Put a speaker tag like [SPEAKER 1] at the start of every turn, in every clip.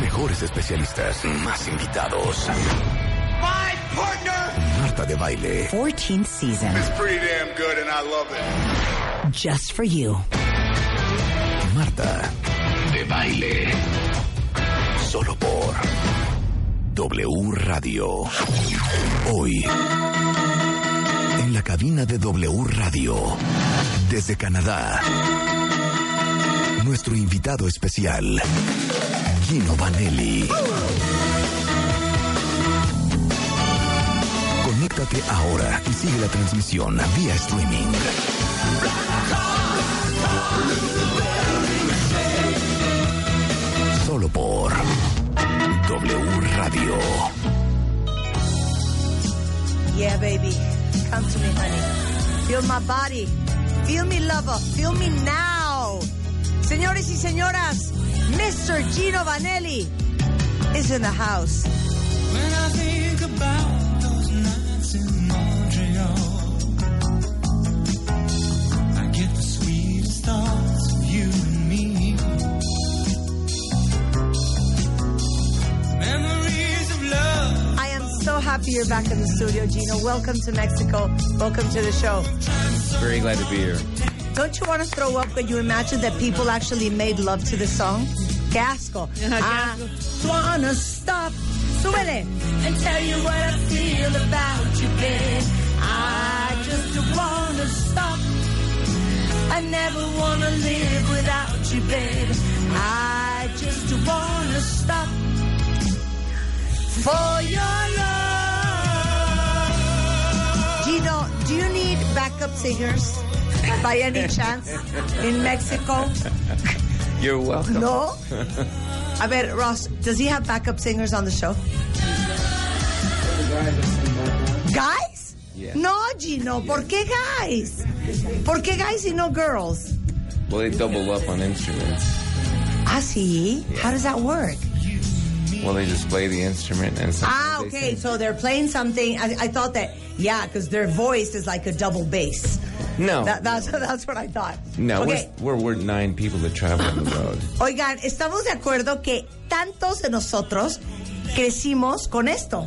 [SPEAKER 1] Mejores especialistas. Más invitados. Marta de Baile.
[SPEAKER 2] 14th season.
[SPEAKER 3] It's pretty damn good and I love it.
[SPEAKER 2] Just for you.
[SPEAKER 1] Marta de Baile. Solo por W Radio. Hoy. En la cabina de W Radio. Desde Canadá. Nuestro invitado especial. Gino Vanelli. Conéctate ahora y sigue la transmisión vía streaming. Solo por W Radio.
[SPEAKER 4] Yeah, baby. Come to me, honey. Feel my body. Feel me, lover. Feel me now. Señores y señoras, Mr. Gino Vanelli is in the house.
[SPEAKER 5] When I think about those nights in Montreal, I get the sweetest thoughts of you and me. Memories of love.
[SPEAKER 4] I am so happy you're back in the studio, Gino. Welcome to Mexico. Welcome to the show.
[SPEAKER 6] Very glad to be here.
[SPEAKER 4] Don't you want to throw up when you imagine that people actually made love to the song? Qué asco. I wanna stop. Súbele. And tell you what I feel about you, babe. I just wanna stop. I never wanna live without you, babe. I just wanna stop. For your love. Gino, do you need backup singers? By any chance in Mexico?
[SPEAKER 6] You're welcome.
[SPEAKER 4] No. I bet Ross, does he have backup singers on the show? Guys?
[SPEAKER 6] Yeah.
[SPEAKER 4] No, Gino, ¿por qué guys? ¿Por qué guys y no girls?
[SPEAKER 6] Well, they double up on instruments.
[SPEAKER 4] Ah, sí? How does that work?
[SPEAKER 6] Well, they just play the instrument and sometimes
[SPEAKER 4] Ah,
[SPEAKER 6] they
[SPEAKER 4] okay,
[SPEAKER 6] sing.
[SPEAKER 4] so they're playing something. I, I thought that, yeah, because their voice is like a double bass.
[SPEAKER 6] No,
[SPEAKER 4] That, that's, that's what I thought.
[SPEAKER 6] Oh. no,
[SPEAKER 4] okay.
[SPEAKER 6] we're, we're we're nine people that travel on the road.
[SPEAKER 4] Oigan, estamos de acuerdo que tantos de nosotros crecimos con esto.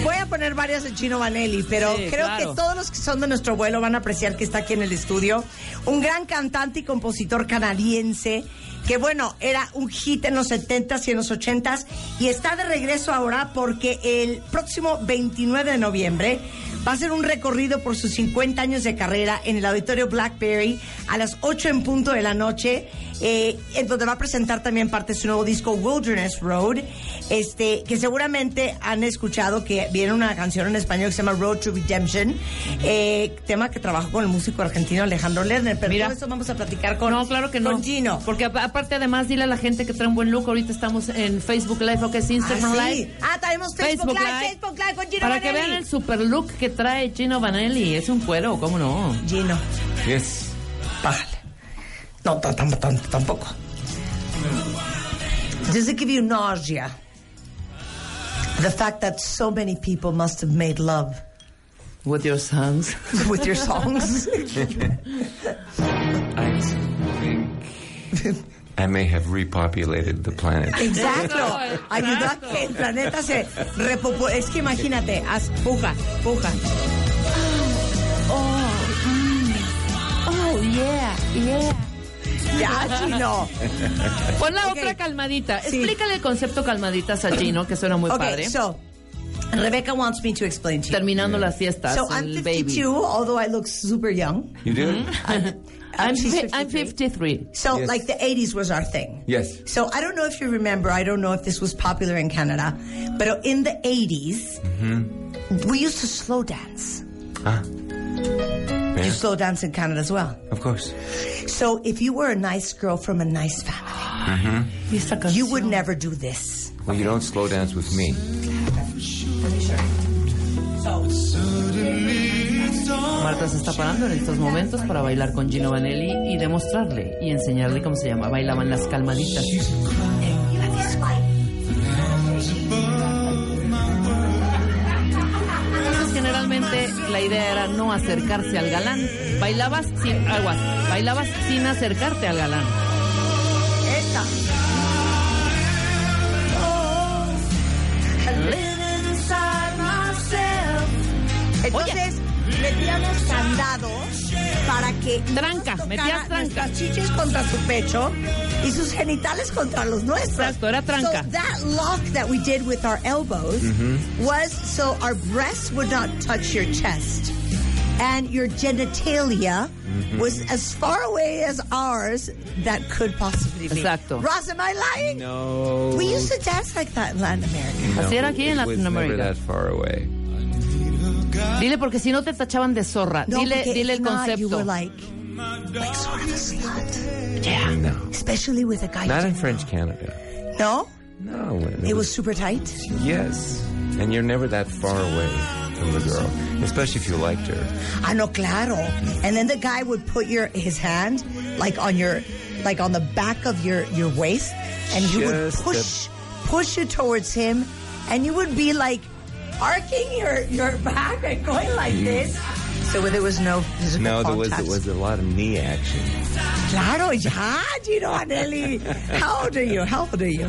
[SPEAKER 4] Y Voy a poner varias de Chino Vanelli, pero
[SPEAKER 7] Sí,
[SPEAKER 4] creo
[SPEAKER 7] claro.
[SPEAKER 4] que todos los que son de nuestro vuelo van a apreciar que está aquí en el estudio. Un gran cantante y compositor canadiense, que bueno, era un hit en los 70s y en los 80s, y está de regreso ahora porque el próximo 29 de noviembre va a ser un recorrido por sus 50 años de carrera en el auditorio Blackberry a las 8 en punto de la noche, eh, en donde va a presentar también parte de su nuevo disco Wilderness Road, este, que seguramente han escuchado que viene una canción en español que se llama Road to Redemption, eh, tema que trabajó con el músico argentino Alejandro Lerner, pero
[SPEAKER 7] Mira.
[SPEAKER 4] todo eso vamos a platicar con,
[SPEAKER 7] no, claro que no.
[SPEAKER 4] con Gino.
[SPEAKER 7] Porque apa- aparte, además, dile a la gente que trae un buen look. Ahorita estamos en Facebook Live, o que es Instagram
[SPEAKER 4] Ah, sí.
[SPEAKER 7] Live.
[SPEAKER 4] Ah, tenemos Facebook Live, Facebook Live con Gino
[SPEAKER 7] Para que
[SPEAKER 4] Vanelli.
[SPEAKER 7] vean el super look que trae Gino Vanelli. Es un cuero, ¿cómo no?
[SPEAKER 4] Gino,
[SPEAKER 6] Yes,
[SPEAKER 4] bájale. No, tam- tam- tam- tampoco. Does it give you nausea? The fact that so many people must have made love
[SPEAKER 8] With your songs.
[SPEAKER 4] with your songs.
[SPEAKER 6] I think I may have repopulated the planet.
[SPEAKER 4] Exacto. Ayudó a que el planeta se repopu... Es que imagínate, haz puja, puja.
[SPEAKER 5] Oh,
[SPEAKER 7] Oh, yeah, yeah.
[SPEAKER 4] Ya, chino.
[SPEAKER 7] Pon la otra calmadita. Explícale el concepto calmaditas a Chino, que suena muy
[SPEAKER 4] Okay,
[SPEAKER 7] padre.
[SPEAKER 4] so, Rebecca wants me to explain to you.
[SPEAKER 7] Terminando las fiestas,
[SPEAKER 4] So I'm
[SPEAKER 7] el
[SPEAKER 4] 52,
[SPEAKER 7] baby.
[SPEAKER 4] although I look super young.
[SPEAKER 6] You do?
[SPEAKER 4] I'm,
[SPEAKER 7] fi- I'm
[SPEAKER 4] 53. So,
[SPEAKER 6] Yes.
[SPEAKER 4] like, the 80s was our thing.
[SPEAKER 6] Yes.
[SPEAKER 4] So, I don't know if you remember, I don't know if this was popular in Canada, but in the 80s,
[SPEAKER 6] Mm-hmm.
[SPEAKER 4] we used to slow dance.
[SPEAKER 6] Ah.
[SPEAKER 4] Do You
[SPEAKER 6] Yeah.
[SPEAKER 4] slow dance in Canada as well.
[SPEAKER 6] Of course.
[SPEAKER 4] So, if you were a nice girl from a nice family,
[SPEAKER 6] Mm-hmm.
[SPEAKER 4] you would never do this.
[SPEAKER 6] Well, you don't slow dance with me.
[SPEAKER 8] Marta se está parando en estos momentos para bailar con Gino Vanelli y demostrarle y enseñarle cómo se llama. Bailaban las calmaditas.
[SPEAKER 7] Entonces, generalmente la idea era no acercarse al galán. Bailabas sin aguas, bailabas sin acercarte al galán.
[SPEAKER 4] Esta. Entonces, metíamos candados para que tranca,
[SPEAKER 7] metías tranca.
[SPEAKER 4] nuestras chiches contra su pecho y sus genitales contra los nuestros.
[SPEAKER 7] Exacto, era tranca.
[SPEAKER 4] So that lock that we did with our elbows
[SPEAKER 7] Ujú.
[SPEAKER 6] Mm-hmm.
[SPEAKER 4] was so our breasts would not touch your chest. And your genitalia
[SPEAKER 6] Ujú.
[SPEAKER 4] was as far away as ours that could possibly be.
[SPEAKER 6] Exacto.
[SPEAKER 4] Ross, am I lying?
[SPEAKER 6] No.
[SPEAKER 4] We used to dance like that in Latin America.
[SPEAKER 6] No, pues,
[SPEAKER 7] Así era aquí en
[SPEAKER 6] it was
[SPEAKER 7] Latinoamérica.
[SPEAKER 6] never that far away.
[SPEAKER 7] Dile porque si no te tachaban de zorra.
[SPEAKER 4] No,
[SPEAKER 7] dile,
[SPEAKER 4] porque
[SPEAKER 7] dile
[SPEAKER 4] if
[SPEAKER 7] el
[SPEAKER 4] not, you
[SPEAKER 7] concepto.
[SPEAKER 4] were like, like sort of a slut.
[SPEAKER 6] Yeah. No.
[SPEAKER 4] Especially with a guy.
[SPEAKER 6] Not
[SPEAKER 4] you-
[SPEAKER 6] in French Canada.
[SPEAKER 4] no?
[SPEAKER 6] No.
[SPEAKER 4] It was super tight.
[SPEAKER 6] Yes. And you're never that far away from the girl, especially if you liked her.
[SPEAKER 4] Ah, no, claro. And then the guy would put your his hand like on your like on the back of your your waist, and he would
[SPEAKER 6] Just
[SPEAKER 4] push push you towards him, and you would be like arcing your your back and going like this. So there was no physical
[SPEAKER 6] No, there was
[SPEAKER 4] contact.
[SPEAKER 6] there was a lot of knee action.
[SPEAKER 4] Claro, ya, Gino Anelli. How old are you? How old are you?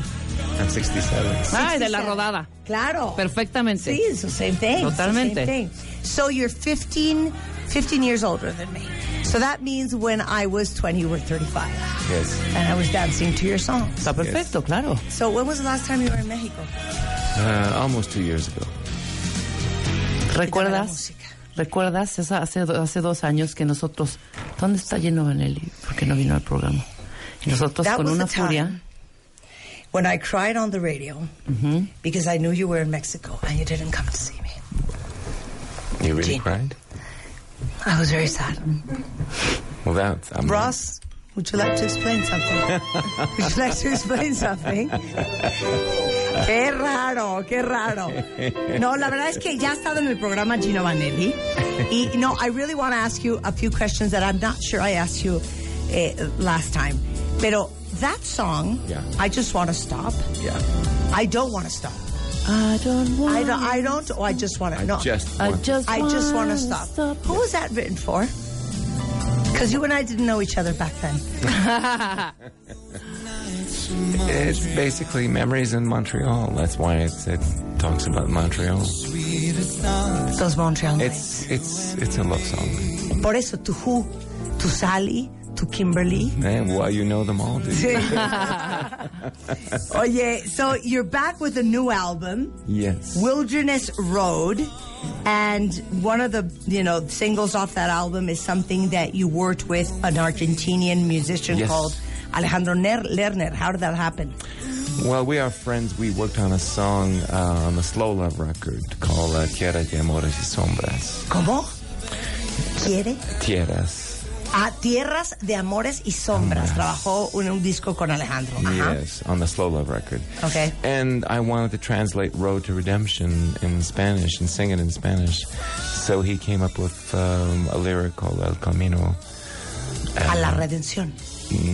[SPEAKER 6] I'm 67.
[SPEAKER 7] Ay, de la rodada.
[SPEAKER 4] Claro.
[SPEAKER 7] Perfectamente.
[SPEAKER 4] Sí, it's the same thing. It's the same
[SPEAKER 7] Totalmente.
[SPEAKER 4] thing. So you're 15, 15 years older than me. So that means when I was 20, you were 35.
[SPEAKER 6] Yes.
[SPEAKER 4] And I was dancing to your song.
[SPEAKER 8] Está perfecto, claro.
[SPEAKER 4] So when was the last time you were in Mexico?
[SPEAKER 6] Uh, almost two years ago.
[SPEAKER 8] ¿Recuerdas? ¿Recuerdas esa- hace, do- hace dos años que nosotros... ¿Dónde está Gino Vanelli? ¿Por qué no vino al programa? Y nosotros
[SPEAKER 4] That
[SPEAKER 8] con
[SPEAKER 4] was
[SPEAKER 8] una
[SPEAKER 4] the time
[SPEAKER 8] furia...
[SPEAKER 4] When I cried on the radio
[SPEAKER 8] Ujú.
[SPEAKER 4] because I knew you were in Mexico and you didn't come to see me.
[SPEAKER 6] You really cried?
[SPEAKER 4] I was very sad.
[SPEAKER 6] Well, that's. I'm
[SPEAKER 4] Ross, would you like to explain something? would you like to explain something? Qué raro, qué raro. No, la verdad es que ya ha estado en el programa Gino Vanelli. Y no, I really want to ask you a few questions that I'm not sure I asked you eh, last time. Pero that song,
[SPEAKER 5] Yeah.
[SPEAKER 4] I just want to stop.
[SPEAKER 6] Yeah.
[SPEAKER 4] I don't want to stop. I don't want. I don't. I don't. Oh, I just want to. No.
[SPEAKER 6] just
[SPEAKER 4] I
[SPEAKER 6] want to
[SPEAKER 4] just.
[SPEAKER 6] stop.
[SPEAKER 4] I just want to stop. Who was that written for? Because you and I didn't know each other back then.
[SPEAKER 6] It's basically memories in Montreal. That's why it's, it talks about Montreal.
[SPEAKER 4] Those Montreal
[SPEAKER 6] It's it's it's a love song.
[SPEAKER 4] Por eso, to who? To Sally? To Kimberly?
[SPEAKER 6] Eh, well, you know them all, do you?
[SPEAKER 4] Oh yeah. So you're back with a new album.
[SPEAKER 6] yes.
[SPEAKER 4] Wilderness Road. And one of the, you know, singles off that album is something that you worked with an Argentinian musician
[SPEAKER 6] Yes.
[SPEAKER 4] called Alejandro Ner- Lerner. How did that happen?
[SPEAKER 6] Well, we are friends. We worked on a song uh, on a slow love record called uh, Tierra de Amores y Sombras.
[SPEAKER 4] ¿Cómo? ¿Quiere?
[SPEAKER 6] Tierras.
[SPEAKER 4] A Tierras de Amores y Sombras. Trabajó en un disco con Alejandro. Ajá.
[SPEAKER 6] Yes, on the slow love record.
[SPEAKER 4] Uh-huh. Okay.
[SPEAKER 6] And I wanted to translate Road to Redemption in Spanish and sing it in Spanish. So he came up with um, a lyric called El Camino.
[SPEAKER 4] a la redención,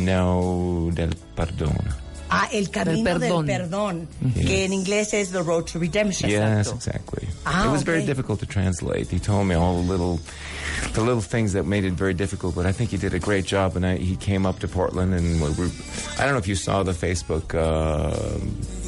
[SPEAKER 6] No del perdón.
[SPEAKER 4] a el camino
[SPEAKER 7] perdón.
[SPEAKER 4] del perdón,
[SPEAKER 6] Yes.
[SPEAKER 4] que en inglés es the road to redemption.
[SPEAKER 6] Yes, exactly.
[SPEAKER 4] Ah,
[SPEAKER 6] it was very
[SPEAKER 4] okay.
[SPEAKER 6] difficult to translate. He told me all the little, the little things that made it very difficult, but I think he did a great job. And I, he came up to Portland, and we, we, I don't know if you saw the Facebook uh,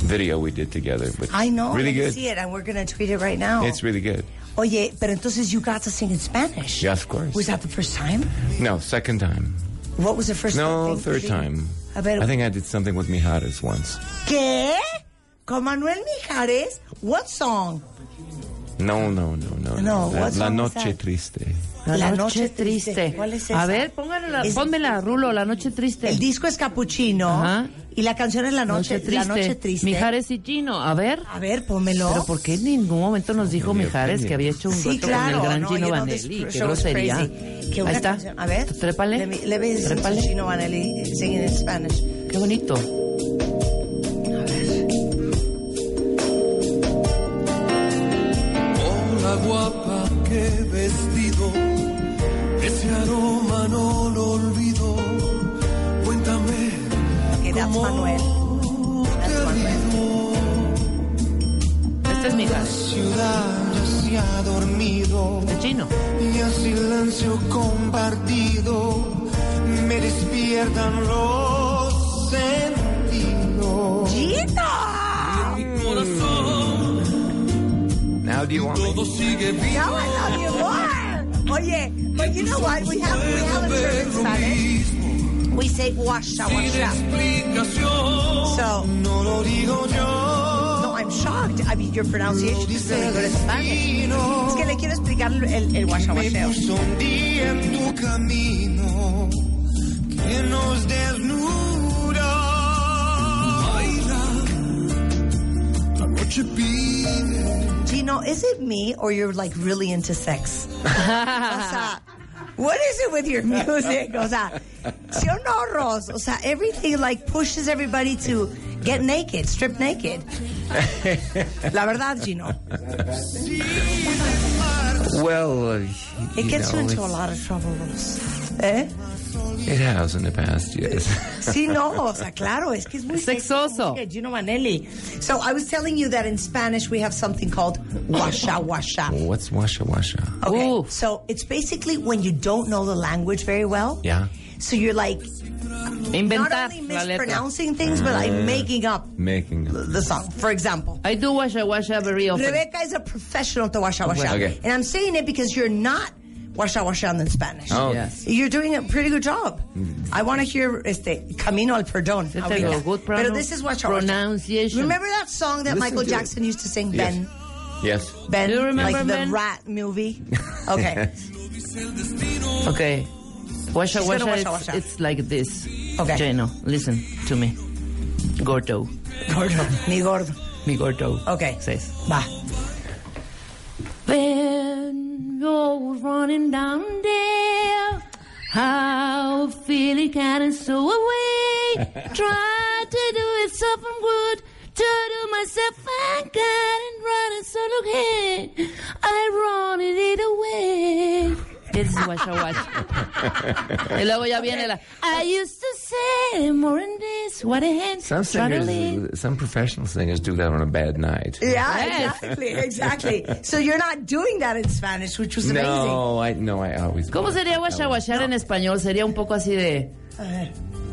[SPEAKER 6] video we did together, but
[SPEAKER 4] I know.
[SPEAKER 6] really
[SPEAKER 4] I
[SPEAKER 6] good.
[SPEAKER 4] See it, and we're gonna tweet it right now.
[SPEAKER 6] It's really good.
[SPEAKER 4] Oye, pero entonces you got to sing in Spanish.
[SPEAKER 6] Yeah, of course.
[SPEAKER 4] Was that the first time?
[SPEAKER 6] No, second time.
[SPEAKER 4] What was the first
[SPEAKER 6] no,
[SPEAKER 4] thing that
[SPEAKER 6] third
[SPEAKER 4] you-
[SPEAKER 6] time.
[SPEAKER 4] A ver.
[SPEAKER 6] I think I did something with Mijares once.
[SPEAKER 4] ¿Qué? Con Manuel Mijares? What song?
[SPEAKER 6] No, no, no, no.
[SPEAKER 4] No,
[SPEAKER 6] La,
[SPEAKER 4] what
[SPEAKER 6] La
[SPEAKER 4] song was
[SPEAKER 6] Noche
[SPEAKER 4] that?
[SPEAKER 6] Triste.
[SPEAKER 4] La, noche, triste. ¿Cuál es esa?
[SPEAKER 7] A ver, póngalo la-
[SPEAKER 4] Es-
[SPEAKER 7] pónmela, Rulo, La Noche Triste.
[SPEAKER 4] El disco es Capuchino y la canción es La Noche, La noche triste.
[SPEAKER 7] Mijares y Gino, a ver.
[SPEAKER 4] A ver, pónmelo.
[SPEAKER 7] Pero ¿por qué en ningún momento nos dijo
[SPEAKER 4] mi
[SPEAKER 7] Mijares
[SPEAKER 4] opinión.
[SPEAKER 7] que había hecho un
[SPEAKER 4] Sí,
[SPEAKER 7] dueto
[SPEAKER 4] claro,
[SPEAKER 7] con el gran
[SPEAKER 4] no,
[SPEAKER 7] Gino
[SPEAKER 4] you know,
[SPEAKER 7] Vanelli?
[SPEAKER 4] this
[SPEAKER 7] Qué
[SPEAKER 4] show is
[SPEAKER 7] grosería.
[SPEAKER 4] crazy. Que una
[SPEAKER 7] Ahí está.
[SPEAKER 4] canción- a ver.
[SPEAKER 7] Trépale.
[SPEAKER 4] Le, me- le voy a decir
[SPEAKER 7] Trépale.
[SPEAKER 4] a Gino Vanelli singing in Spanish.
[SPEAKER 7] Qué bonito.
[SPEAKER 1] Hola guapa, qué vestido, ese aroma no lo olvido. Cuéntame.
[SPEAKER 4] Que that's Manuel. That's
[SPEAKER 7] Este es
[SPEAKER 1] La
[SPEAKER 7] Mijares.
[SPEAKER 1] ciudad ya se ha dormido.
[SPEAKER 7] El chino.
[SPEAKER 1] Y el silencio compartido me despiertan los sentidos. Y en mi corazón
[SPEAKER 6] Now do you want me?
[SPEAKER 1] todo sigue vivo.
[SPEAKER 4] Now I love you more. Oye, but you know what? We have we have a term in Spanish. We say washa washa. So
[SPEAKER 1] No lo digo yo.
[SPEAKER 4] no, I'm shocked. I mean, your pronunciation is really good in Spanish. Es que le quiero explicar el, el washa
[SPEAKER 1] Me
[SPEAKER 4] washeo.
[SPEAKER 1] puso un día en tu camino que nos desnuda. Baila, la noche pide.
[SPEAKER 4] Gino, is it me or you're like really into sex? o sea, what is it with your music? O sea, si o no, Ross? O sea, everything like pushes everybody to get naked, strip naked. La verdad, Gino.
[SPEAKER 6] Well, uh,
[SPEAKER 4] It gets you
[SPEAKER 6] know,
[SPEAKER 4] into a
[SPEAKER 6] it's-
[SPEAKER 4] lot of trouble, Ross. ¿Eh?
[SPEAKER 6] It has in the past, yes.
[SPEAKER 4] Sí, no, o sea, claro, es que es muy
[SPEAKER 7] Sexoso.
[SPEAKER 4] sexy, Gino Manelli. So I was telling you that in Spanish we have something called washa washa.
[SPEAKER 6] What's washa washa?
[SPEAKER 4] Okay. So it's basically when you don't know the language very well.
[SPEAKER 6] Yeah.
[SPEAKER 4] So you're like not
[SPEAKER 7] Inventar
[SPEAKER 4] only
[SPEAKER 7] la letra.
[SPEAKER 4] mispronouncing things, but
[SPEAKER 6] Mm.
[SPEAKER 4] like making up
[SPEAKER 6] Making up.
[SPEAKER 4] the song. For example,
[SPEAKER 7] I do washa washa very often.
[SPEAKER 4] Rebecca is a professional to washa washa.
[SPEAKER 6] Okay.
[SPEAKER 4] And I'm saying it because you're not washa washa in Spanish.
[SPEAKER 6] Oh. Mm.
[SPEAKER 7] Yes.
[SPEAKER 4] You're doing a pretty good job. I want to hear este Camino al Perdón.
[SPEAKER 7] Yo tengo
[SPEAKER 4] ahorita.
[SPEAKER 7] good
[SPEAKER 4] Pero this is washa washa.
[SPEAKER 7] pronunciation.
[SPEAKER 4] Remember that song that
[SPEAKER 6] Listen
[SPEAKER 4] Michael
[SPEAKER 6] to it.
[SPEAKER 4] Jackson used to sing,
[SPEAKER 6] Yes.
[SPEAKER 4] Ben?
[SPEAKER 6] Yes.
[SPEAKER 4] Ben,
[SPEAKER 7] You remember
[SPEAKER 4] like
[SPEAKER 7] Ben?
[SPEAKER 4] the rat movie. Okay,
[SPEAKER 7] Okay. Washa
[SPEAKER 4] She's gonna
[SPEAKER 7] washa,
[SPEAKER 4] washa,
[SPEAKER 7] it's,
[SPEAKER 4] washa.
[SPEAKER 7] it's like this.
[SPEAKER 4] Okay.
[SPEAKER 7] Gino, listen to me. Gordo. Gordo.
[SPEAKER 4] mi gordo.
[SPEAKER 7] Mi gordo.
[SPEAKER 4] Okay,
[SPEAKER 7] Says.
[SPEAKER 4] va.
[SPEAKER 7] When you're running down there, how feeling kind of so away. Try to do it something good. To do myself, I got and running so look here. I run it away. It's washa washa. y luego ya viene la. I used to say more in this. What a hand.
[SPEAKER 6] Some singers, some professional singers do that on a bad night.
[SPEAKER 4] Yeah,
[SPEAKER 7] Yes.
[SPEAKER 4] exactly, exactly. So you're not doing that in Spanish, which was amazing.
[SPEAKER 6] No, I no, I always.
[SPEAKER 7] ¿Cómo sería guachaguachar en español? Sería un poco así de...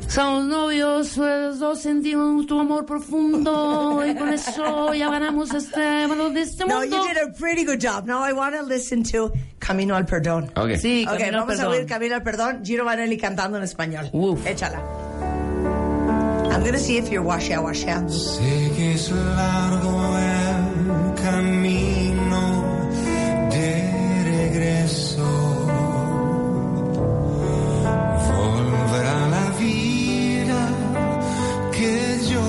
[SPEAKER 7] Somos novios, los dos sentimos tu amor profundo y con eso ya ganamos este valor de este
[SPEAKER 4] No,
[SPEAKER 7] mundo.
[SPEAKER 4] you did a pretty good job. Now I want to listen to Camino al Perdón.
[SPEAKER 6] Okay.
[SPEAKER 7] Sí,
[SPEAKER 4] Okay,
[SPEAKER 7] Camino al
[SPEAKER 4] vamos a
[SPEAKER 7] Perdón.
[SPEAKER 4] oír Camino al Perdón, Giro Vanelli cantando en español.
[SPEAKER 7] Uf.
[SPEAKER 4] Échala. I'm going to see if you're wash out, wash out.
[SPEAKER 1] Sé que es largo el camino de regreso. Volverá la vida que yo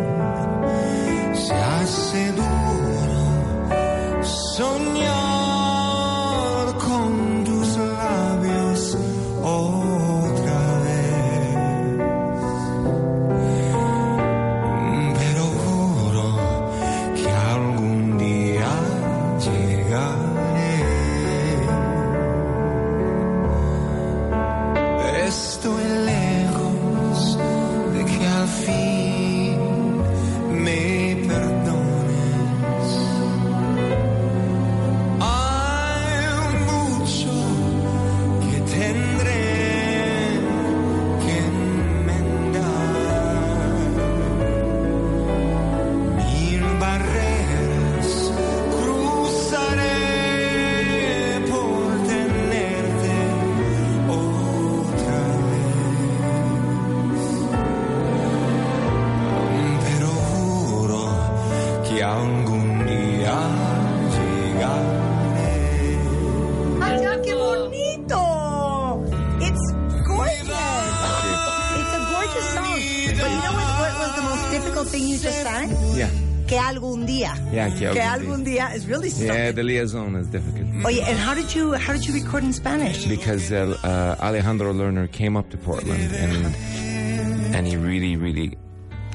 [SPEAKER 1] abandoné. Se hace duro soñar con tus labios otra vez.
[SPEAKER 5] e
[SPEAKER 4] something you just sang?
[SPEAKER 6] Yeah.
[SPEAKER 4] Que algún día.
[SPEAKER 6] Yeah, que algún día.
[SPEAKER 4] algún día is really something.
[SPEAKER 6] Yeah, the liaison is difficult.
[SPEAKER 4] Oye, and how did you how did you record in Spanish?
[SPEAKER 6] Because uh, uh, Alejandro Lerner came up to Portland and and he really, really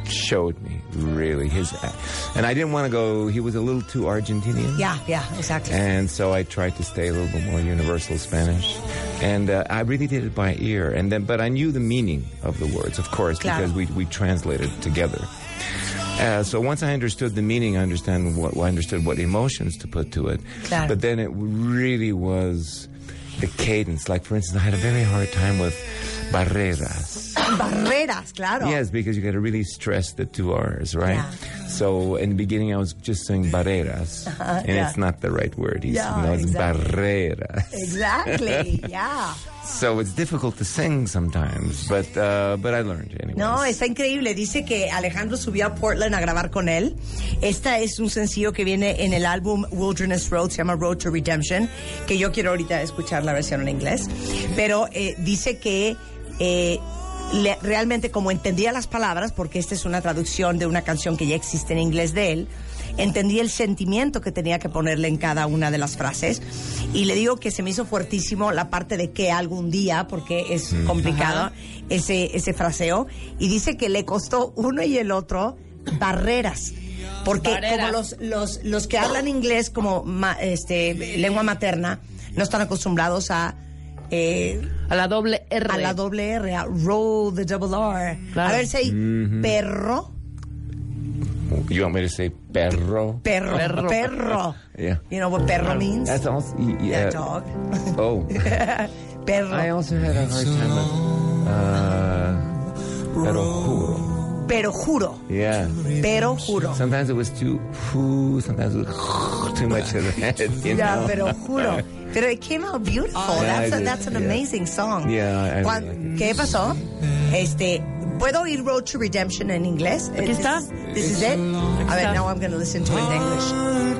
[SPEAKER 6] showed me really his uh, and I didn't want to go. He was a little too Argentinian.
[SPEAKER 4] Yeah, yeah, exactly.
[SPEAKER 6] And so I tried to stay a little bit more universal Spanish, and uh, I really did it by ear. And then, but I knew the meaning of the words, of course,
[SPEAKER 4] Claro.
[SPEAKER 6] because we we translated together. Uh, so once I understood the meaning, I understand what I understood what emotions to put to it.
[SPEAKER 9] Claro.
[SPEAKER 6] But then it really was the cadence. Like for instance, I had a very hard time with barreras.
[SPEAKER 4] Barreras, claro.
[SPEAKER 6] Yes, because you got to really stress the two R's, right? So in the beginning, I was just saying barreras,
[SPEAKER 4] Uh-huh,
[SPEAKER 6] and
[SPEAKER 4] yeah.
[SPEAKER 6] it's not the right word. He's,
[SPEAKER 4] Yeah,
[SPEAKER 6] no, it's
[SPEAKER 4] exactly.
[SPEAKER 6] barreras.
[SPEAKER 4] Exactly. Yeah.
[SPEAKER 6] so it's difficult to sing sometimes, but uh, but I learned anyway.
[SPEAKER 4] No, está increíble. Dice que Alejandro subió a Portland a grabar con él. Esta es un sencillo que viene en el álbum Wilderness Road, se llama Road to Redemption, que yo quiero ahorita escuchar la versión en inglés. Pero eh, dice que eh, le- realmente como entendía las palabras, porque esta es una traducción de una canción que ya existe en inglés de él, entendí el sentimiento que tenía que ponerle en cada una de las frases. Y le digo que se me hizo fuertísimo la parte de que algún día, porque es
[SPEAKER 10] Mm.
[SPEAKER 4] complicado
[SPEAKER 10] Ajá.
[SPEAKER 4] ese, ese fraseo. Y dice que le costó uno y el otro barreras. Porque como
[SPEAKER 10] Barreras.
[SPEAKER 4] los, los, los que hablan inglés como ma- este, lengua materna no están acostumbrados a... eh,
[SPEAKER 7] a la doble R.
[SPEAKER 4] A la doble R, a roll the double R.
[SPEAKER 6] Claro.
[SPEAKER 4] A ver si hay
[SPEAKER 6] Mhm.
[SPEAKER 4] perro,
[SPEAKER 6] You want me to say perro?
[SPEAKER 4] perro, perro.
[SPEAKER 6] Yeah.
[SPEAKER 4] You know what perro means?
[SPEAKER 6] That's also yeah.
[SPEAKER 4] A dog.
[SPEAKER 6] Oh,
[SPEAKER 4] perro.
[SPEAKER 6] I also had a hard time with uh, pero juro.
[SPEAKER 4] Pero juro,
[SPEAKER 6] Yeah.
[SPEAKER 4] pero juro.
[SPEAKER 6] Sometimes it was too whoo, sometimes it was too much of that. You
[SPEAKER 4] Yeah,
[SPEAKER 6] know?
[SPEAKER 4] pero juro. Pero it came out beautiful.
[SPEAKER 6] Yeah,
[SPEAKER 4] that's, a-
[SPEAKER 6] I did,
[SPEAKER 4] that's an
[SPEAKER 6] yeah.
[SPEAKER 4] amazing song.
[SPEAKER 6] Yeah, I- I
[SPEAKER 4] Juan,
[SPEAKER 6] really
[SPEAKER 4] ¿Qué pasó? Este, ¿Puedo oír Road to Redemption en inglés?
[SPEAKER 10] Aquí
[SPEAKER 4] This
[SPEAKER 10] está.
[SPEAKER 4] is- This is it. A ver, now I'm going to listen to it in English.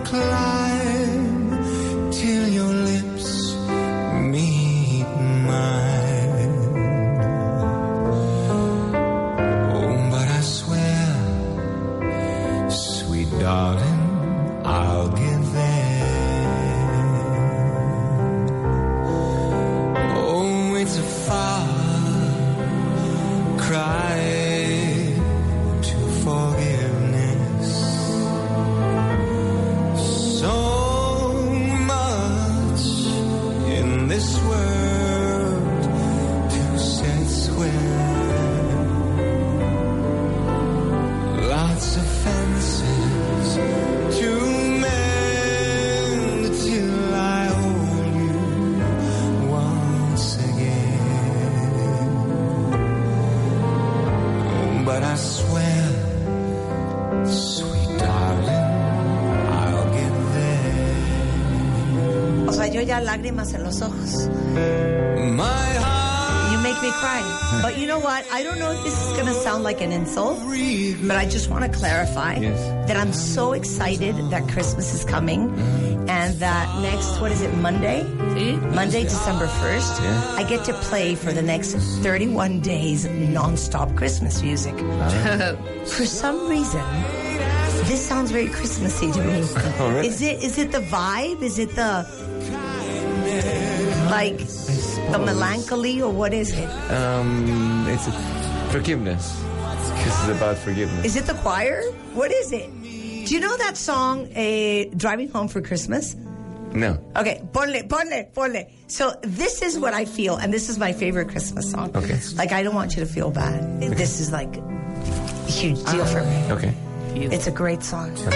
[SPEAKER 5] Climb till your lips meet mine. Oh, but I swear, sweet darling, I'll get there. Oh, it's a far cry to forgiveness. So much in this world to set square. Lots of fences to mend till I hold you once again. But I swear. Sweet darling, I'll get there.
[SPEAKER 4] O sea, yo ya lágrimas en los ojos.
[SPEAKER 5] My
[SPEAKER 4] You make me cry. But you know what? I don't know if this is going to sound like an insult, but I just want to clarify that I'm so excited that Christmas is coming and that next, what is it, Monday? Monday, December 1st, I get to play for the next 31 days nonstop Christmas music. for some reason, this sounds very Christmassy to me.
[SPEAKER 10] Oh, really?
[SPEAKER 4] Is it is it the vibe? Is it the like the melancholy or what is it?
[SPEAKER 6] Um, it's a, forgiveness. This is about forgiveness.
[SPEAKER 4] Is it the choir? What is it? Do you know that song, eh, Driving Home for Christmas?
[SPEAKER 6] No.
[SPEAKER 4] Okay, ponle, ponle, ponle. So this is what I feel, and this is my favorite Christmas song. Okay. Like, I don't want you to feel bad. This is like a huge deal for me.
[SPEAKER 6] Okay.
[SPEAKER 4] It's a great song. wait,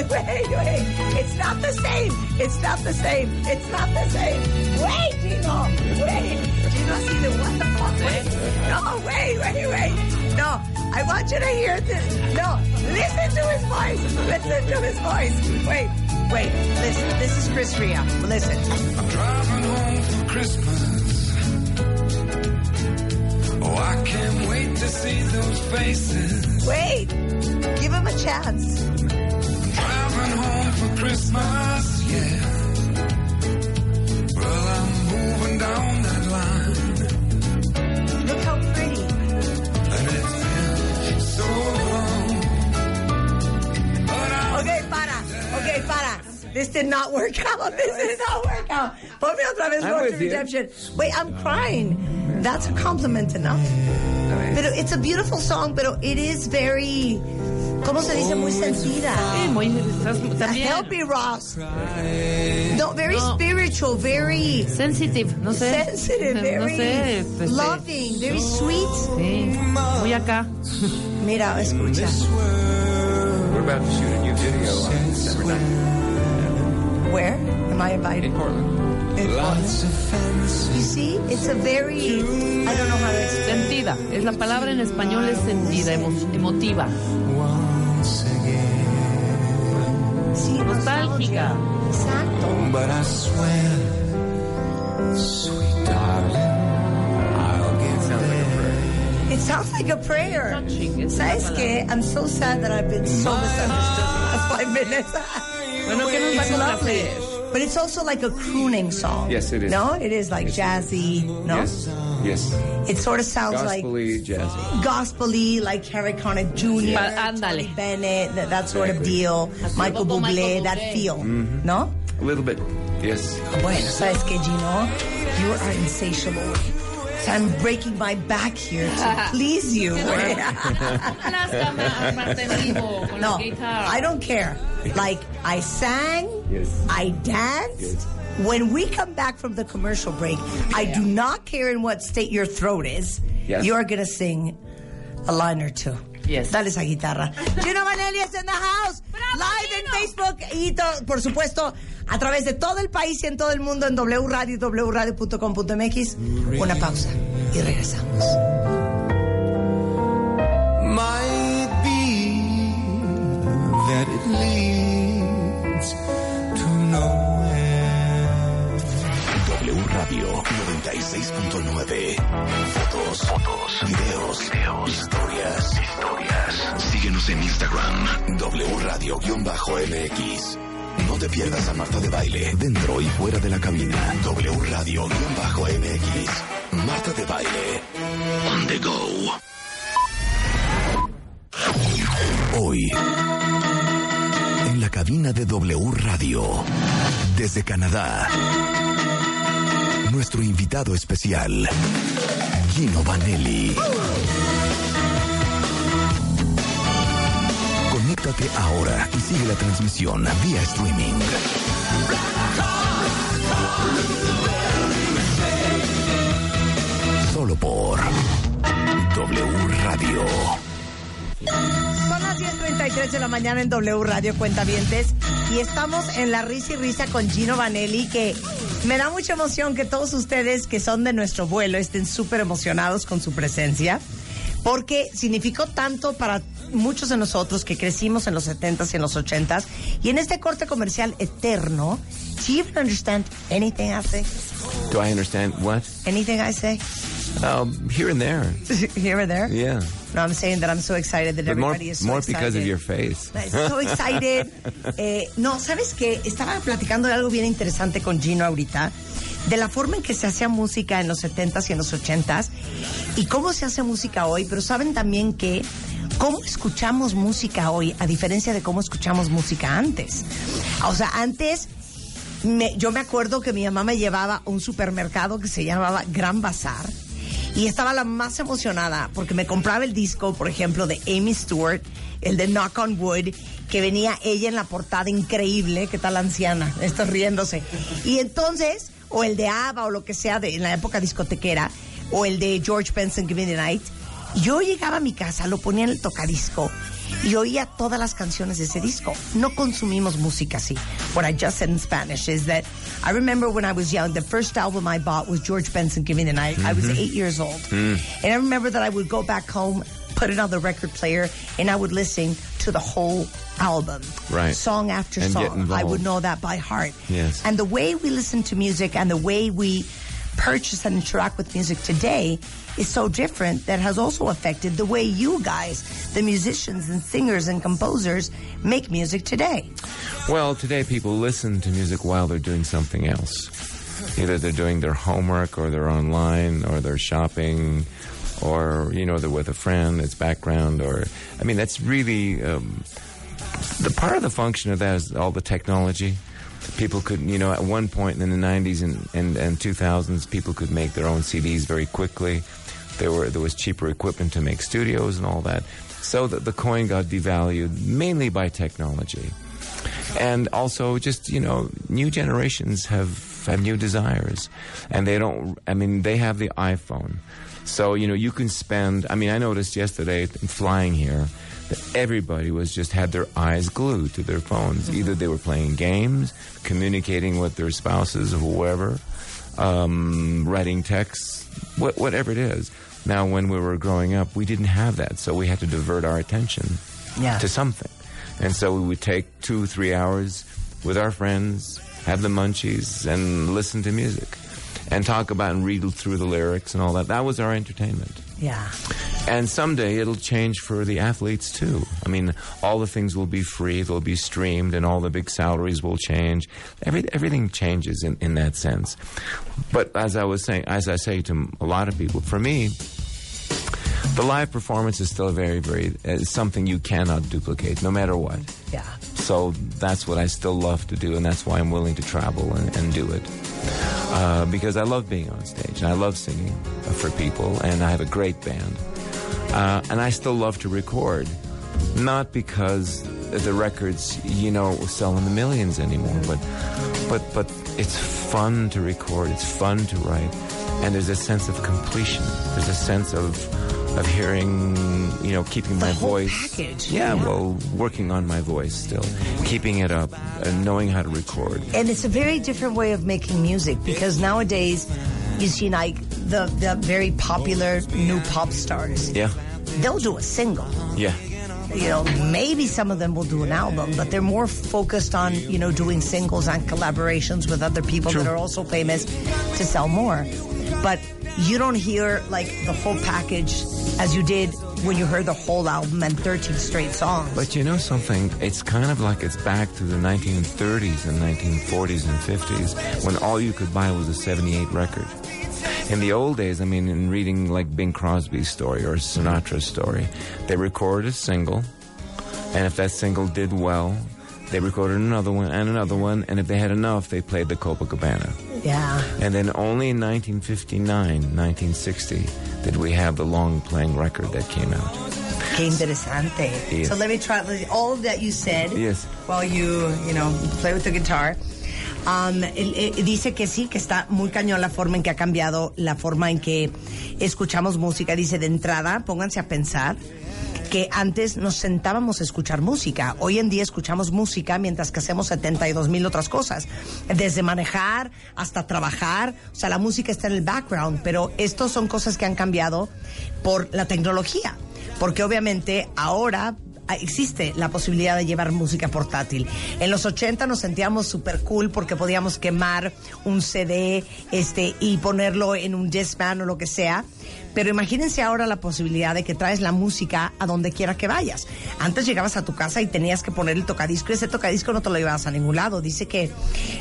[SPEAKER 4] wait. It's not the same. It's not the same. It's not the same. Wait, Gino. Wait. Gino, see the what the fuck? Wait. No, wait, wait, wait. No, I want you to hear this. No, listen to his voice. Listen to his voice. Wait, wait. Listen, this is Chris Ria. Listen.
[SPEAKER 5] I'm driving home for Christmas. Oh, I can't wait to see those faces.
[SPEAKER 4] Wait. Give him a chance.
[SPEAKER 5] Driving home for Christmas, yeah. Well, I'm moving down that line.
[SPEAKER 4] Look how pretty.
[SPEAKER 5] And it
[SPEAKER 4] This did not work out. This did not work out. Put me on Travis
[SPEAKER 5] I'm
[SPEAKER 4] Road to
[SPEAKER 5] with you.
[SPEAKER 4] Redemption. Wait, I'm crying. That's a compliment enough. Pero it's a beautiful song, pero it is very, ¿cómo se dice? Muy sentida.
[SPEAKER 7] también.
[SPEAKER 4] Help me, Ross. No, very spiritual, very
[SPEAKER 7] sensitive, no sé.
[SPEAKER 4] Sensitive,
[SPEAKER 7] No
[SPEAKER 4] very
[SPEAKER 7] sé, eh. este,
[SPEAKER 4] loving, very sweet.
[SPEAKER 7] Muy acá.
[SPEAKER 4] Mira, escucha.
[SPEAKER 6] We're about to shoot a new video on December 9th.
[SPEAKER 4] Where am I invited? In
[SPEAKER 6] Portland.
[SPEAKER 4] Lots of fancy. You see, it's a very, I don't know how to explain.
[SPEAKER 7] Sentida. Es la palabra en español es sentida, emo- emotiva. Nostálgica.
[SPEAKER 4] Exacto.
[SPEAKER 5] But I swear, sweet darling, I'll get there.
[SPEAKER 6] Mm.
[SPEAKER 4] It sounds like a prayer. ¿Sabes
[SPEAKER 5] una
[SPEAKER 4] qué? I'm so sad that I've been so misunderstood the last five minutes.
[SPEAKER 7] Bueno, ¿qué nos va
[SPEAKER 4] It's
[SPEAKER 7] a
[SPEAKER 4] lovely.
[SPEAKER 7] complacer?
[SPEAKER 4] But it's also like a crooning song.
[SPEAKER 6] Yes, it is.
[SPEAKER 4] No, it is like jazzy. No,
[SPEAKER 6] Yes. Yes.
[SPEAKER 4] it sort of sounds like
[SPEAKER 6] Gospel-y jazzy.
[SPEAKER 4] gospel-y, like Harry Connick Jr.,
[SPEAKER 6] Yeah.
[SPEAKER 4] Tony Bennett, that, that sort of
[SPEAKER 6] Exactly.
[SPEAKER 4] deal.
[SPEAKER 6] Así
[SPEAKER 4] Michael
[SPEAKER 6] como
[SPEAKER 4] Bublé,
[SPEAKER 6] Michael
[SPEAKER 4] that
[SPEAKER 6] Bublé.
[SPEAKER 4] feel.
[SPEAKER 6] Mhm.
[SPEAKER 4] No?
[SPEAKER 6] A little bit. Yes.
[SPEAKER 4] Bueno, ¿sabes qué, Gino? You are insatiable. So I'm breaking my back here to please you. No, I don't care. Like, I sang, I danced. When we come back from the commercial break, I do not care in what state your throat is,
[SPEAKER 5] Yes.
[SPEAKER 4] you're going to sing a line or two. Yes. Dale esa guitarra. Gino Vanelli is in the house. Live en Facebook y to- por supuesto a través de todo el país y en todo el mundo en W Radio y wradio.com.mx. Una pausa y regresamos.
[SPEAKER 5] Might be that it leads to nowhere.
[SPEAKER 1] W Radio 96.9. Fotos, fotos, videos, videos, historias, historias. Síguenos en Instagram, W Radio-MX. No te pierdas a Marta de Baile, dentro y fuera de la cabina. W Radio-MX. Marta de Baile. On the go. Hoy. En la cabina de W Radio. Desde Canadá. Nuestro invitado especial, Gino Vanelli. Conéctate ahora y sigue la transmisión vía streaming. Solo por W Radio.
[SPEAKER 4] Son las 10.33 de la mañana en W Radio Cuentavientes y estamos en la risa y risa con Gino Vanelli que me da mucha emoción que todos ustedes que son de nuestro vuelo estén súper emocionados con su presencia porque significó tanto para muchos de nosotros que crecimos en los 70s y en los 80s y en este corte comercial eterno, do you even understand anything I say?
[SPEAKER 6] Do I understand what?
[SPEAKER 4] Anything I say?
[SPEAKER 6] Um, here and there.
[SPEAKER 4] Here or there?
[SPEAKER 6] Yeah.
[SPEAKER 4] No, I'm saying that I'm so excited that
[SPEAKER 6] But more,
[SPEAKER 4] everybody is so
[SPEAKER 6] more because
[SPEAKER 4] excited.
[SPEAKER 6] of your face.
[SPEAKER 4] So excited. Eh, no, ¿sabes qué? Estaba platicando de algo bien interesante con Gino ahorita, de la forma en que se hacía música en los 70s y en los 80s y cómo se hace música hoy, pero saben también que cómo escuchamos música hoy, a diferencia de cómo escuchamos música antes. O sea, antes me- yo me acuerdo que mi mamá me llevaba a un supermercado que se llamaba Gran Bazar y estaba la más emocionada porque me compraba el disco, por ejemplo, de Amy Stewart, el de Knock on Wood, que venía ella en la portada increíble, qué tal anciana, está riéndose. Y entonces, o el de ABBA o lo que sea de en la época discotequera, o el de George Benson Give Me the Night, yo llegaba a mi casa, lo ponía en el tocadisco y oía todas las canciones de ese disco. No consumimos música así. What I just said in Spanish is that I remember when I was young, the first album I bought was George Benson Give Me the Night. I was
[SPEAKER 5] Mhm.
[SPEAKER 4] eight years old.
[SPEAKER 5] Mm.
[SPEAKER 4] And I remember that I would go back home, put it on the record player, and I would listen to the whole album.
[SPEAKER 5] Right.
[SPEAKER 4] Song after
[SPEAKER 5] And get
[SPEAKER 4] song. I would
[SPEAKER 5] involved.
[SPEAKER 4] know that by heart.
[SPEAKER 5] Yes.
[SPEAKER 4] And the way we listen to music and the way we purchase and interact with music today is so different that has also affected the way you guys, the musicians and singers and composers, make music today.
[SPEAKER 6] Well, today people listen to music while they're doing something else. Either they're doing their homework or they're online or they're shopping or, you know, they're with a friend, it's background or, I mean, that's really, um, the part of the function of that is all the technology. people could, you know, at one point in the 90s and, and, and 2000s, people could make their own CDs very quickly. There, were, there was cheaper equipment to make studios and all that. So that the coin got devalued mainly by technology. And also, just, you know, new generations have, have new desires. And they don't, I mean, they have the iPhone. So, you know, you can spend, I mean, I noticed yesterday flying here that everybody was just had their eyes glued to their phones. Either they were playing games, communicating with their spouses or whoever, um, writing texts, wh- whatever it is. Now, when we were growing up, we didn't have that, so we had to divert our attention
[SPEAKER 9] Yeah.
[SPEAKER 6] to something. And so we would take two, three hours with our friends, have the munchies, and listen to music and talk about and read through the lyrics and all that. That was our entertainment.
[SPEAKER 4] Yeah.
[SPEAKER 6] And someday it'll change for the athletes too. I mean, all the things will be free, they'll be streamed, and all the big salaries will change. Every, everything changes in, in that sense. But as I was saying, as I say to a lot of people, for me, the live performance is still very, very uh, something you cannot duplicate, no matter what.
[SPEAKER 4] Yeah.
[SPEAKER 6] So that's what I still love to do, and that's why I'm willing to travel and, and do it. Uh, because I love being on stage, and I love singing uh, for people, and I have a great band. Uh, and I still love to record, not because the records, you know, sell in the millions anymore, but, but, but it's fun to record, it's fun to write, and there's a sense of completion, there's a sense of, of hearing, you know, keeping my voice.
[SPEAKER 4] package.
[SPEAKER 6] Yeah, well, working on my voice still, keeping it up, and knowing how to record.
[SPEAKER 9] And it's a very different way of making music because nowadays you see like the, the very popular new pop stars.
[SPEAKER 6] Yeah,
[SPEAKER 9] They'll do a single.
[SPEAKER 6] yeah,
[SPEAKER 9] You know, maybe some of them will do an album, but they're more focused on, you know, doing singles and collaborations with other people that are also famous to sell more. But you don't hear like the whole package as you did when you heard the whole album and 13 straight songs.
[SPEAKER 6] But you know something? It's kind of like it's back to the 1930s and 1940s and 50s when all you could buy was a 78 record. In the old days, I mean, in reading like Bing Crosby's story or Sinatra's story, they recorded a single, and if that single did well, they recorded another one and another one, and if they had enough, they played the Copacabana.
[SPEAKER 9] Yeah.
[SPEAKER 6] And then only in 1959, 1960, did we have the long playing record that came out.
[SPEAKER 9] Que interesante.
[SPEAKER 6] Yes.
[SPEAKER 4] So let me try let- all that you said.
[SPEAKER 6] Yes.
[SPEAKER 4] While you, you know, play with the guitar. Um, él, eh, dice que sí, que está muy cañón la forma en que ha cambiado la forma en que escuchamos música. Dice de entrada, pónganse a pensar que antes nos sentábamos a escuchar música. Hoy en día escuchamos música mientras que hacemos 72 mil otras cosas. Desde manejar hasta trabajar. O sea, la música está en el background, pero estos son cosas que han cambiado por la tecnología. Porque obviamente ahora ah, existe la posibilidad de llevar música portátil. En los 80 nos sentíamos súper cool porque podíamos quemar un CD este, y ponerlo en un Discman o lo que sea. Pero imagínense ahora la posibilidad de que traes la música a donde quiera que vayas. Antes llegabas a tu casa y tenías que poner el tocadisco y ese tocadisco no te lo llevabas a ningún lado. Dice que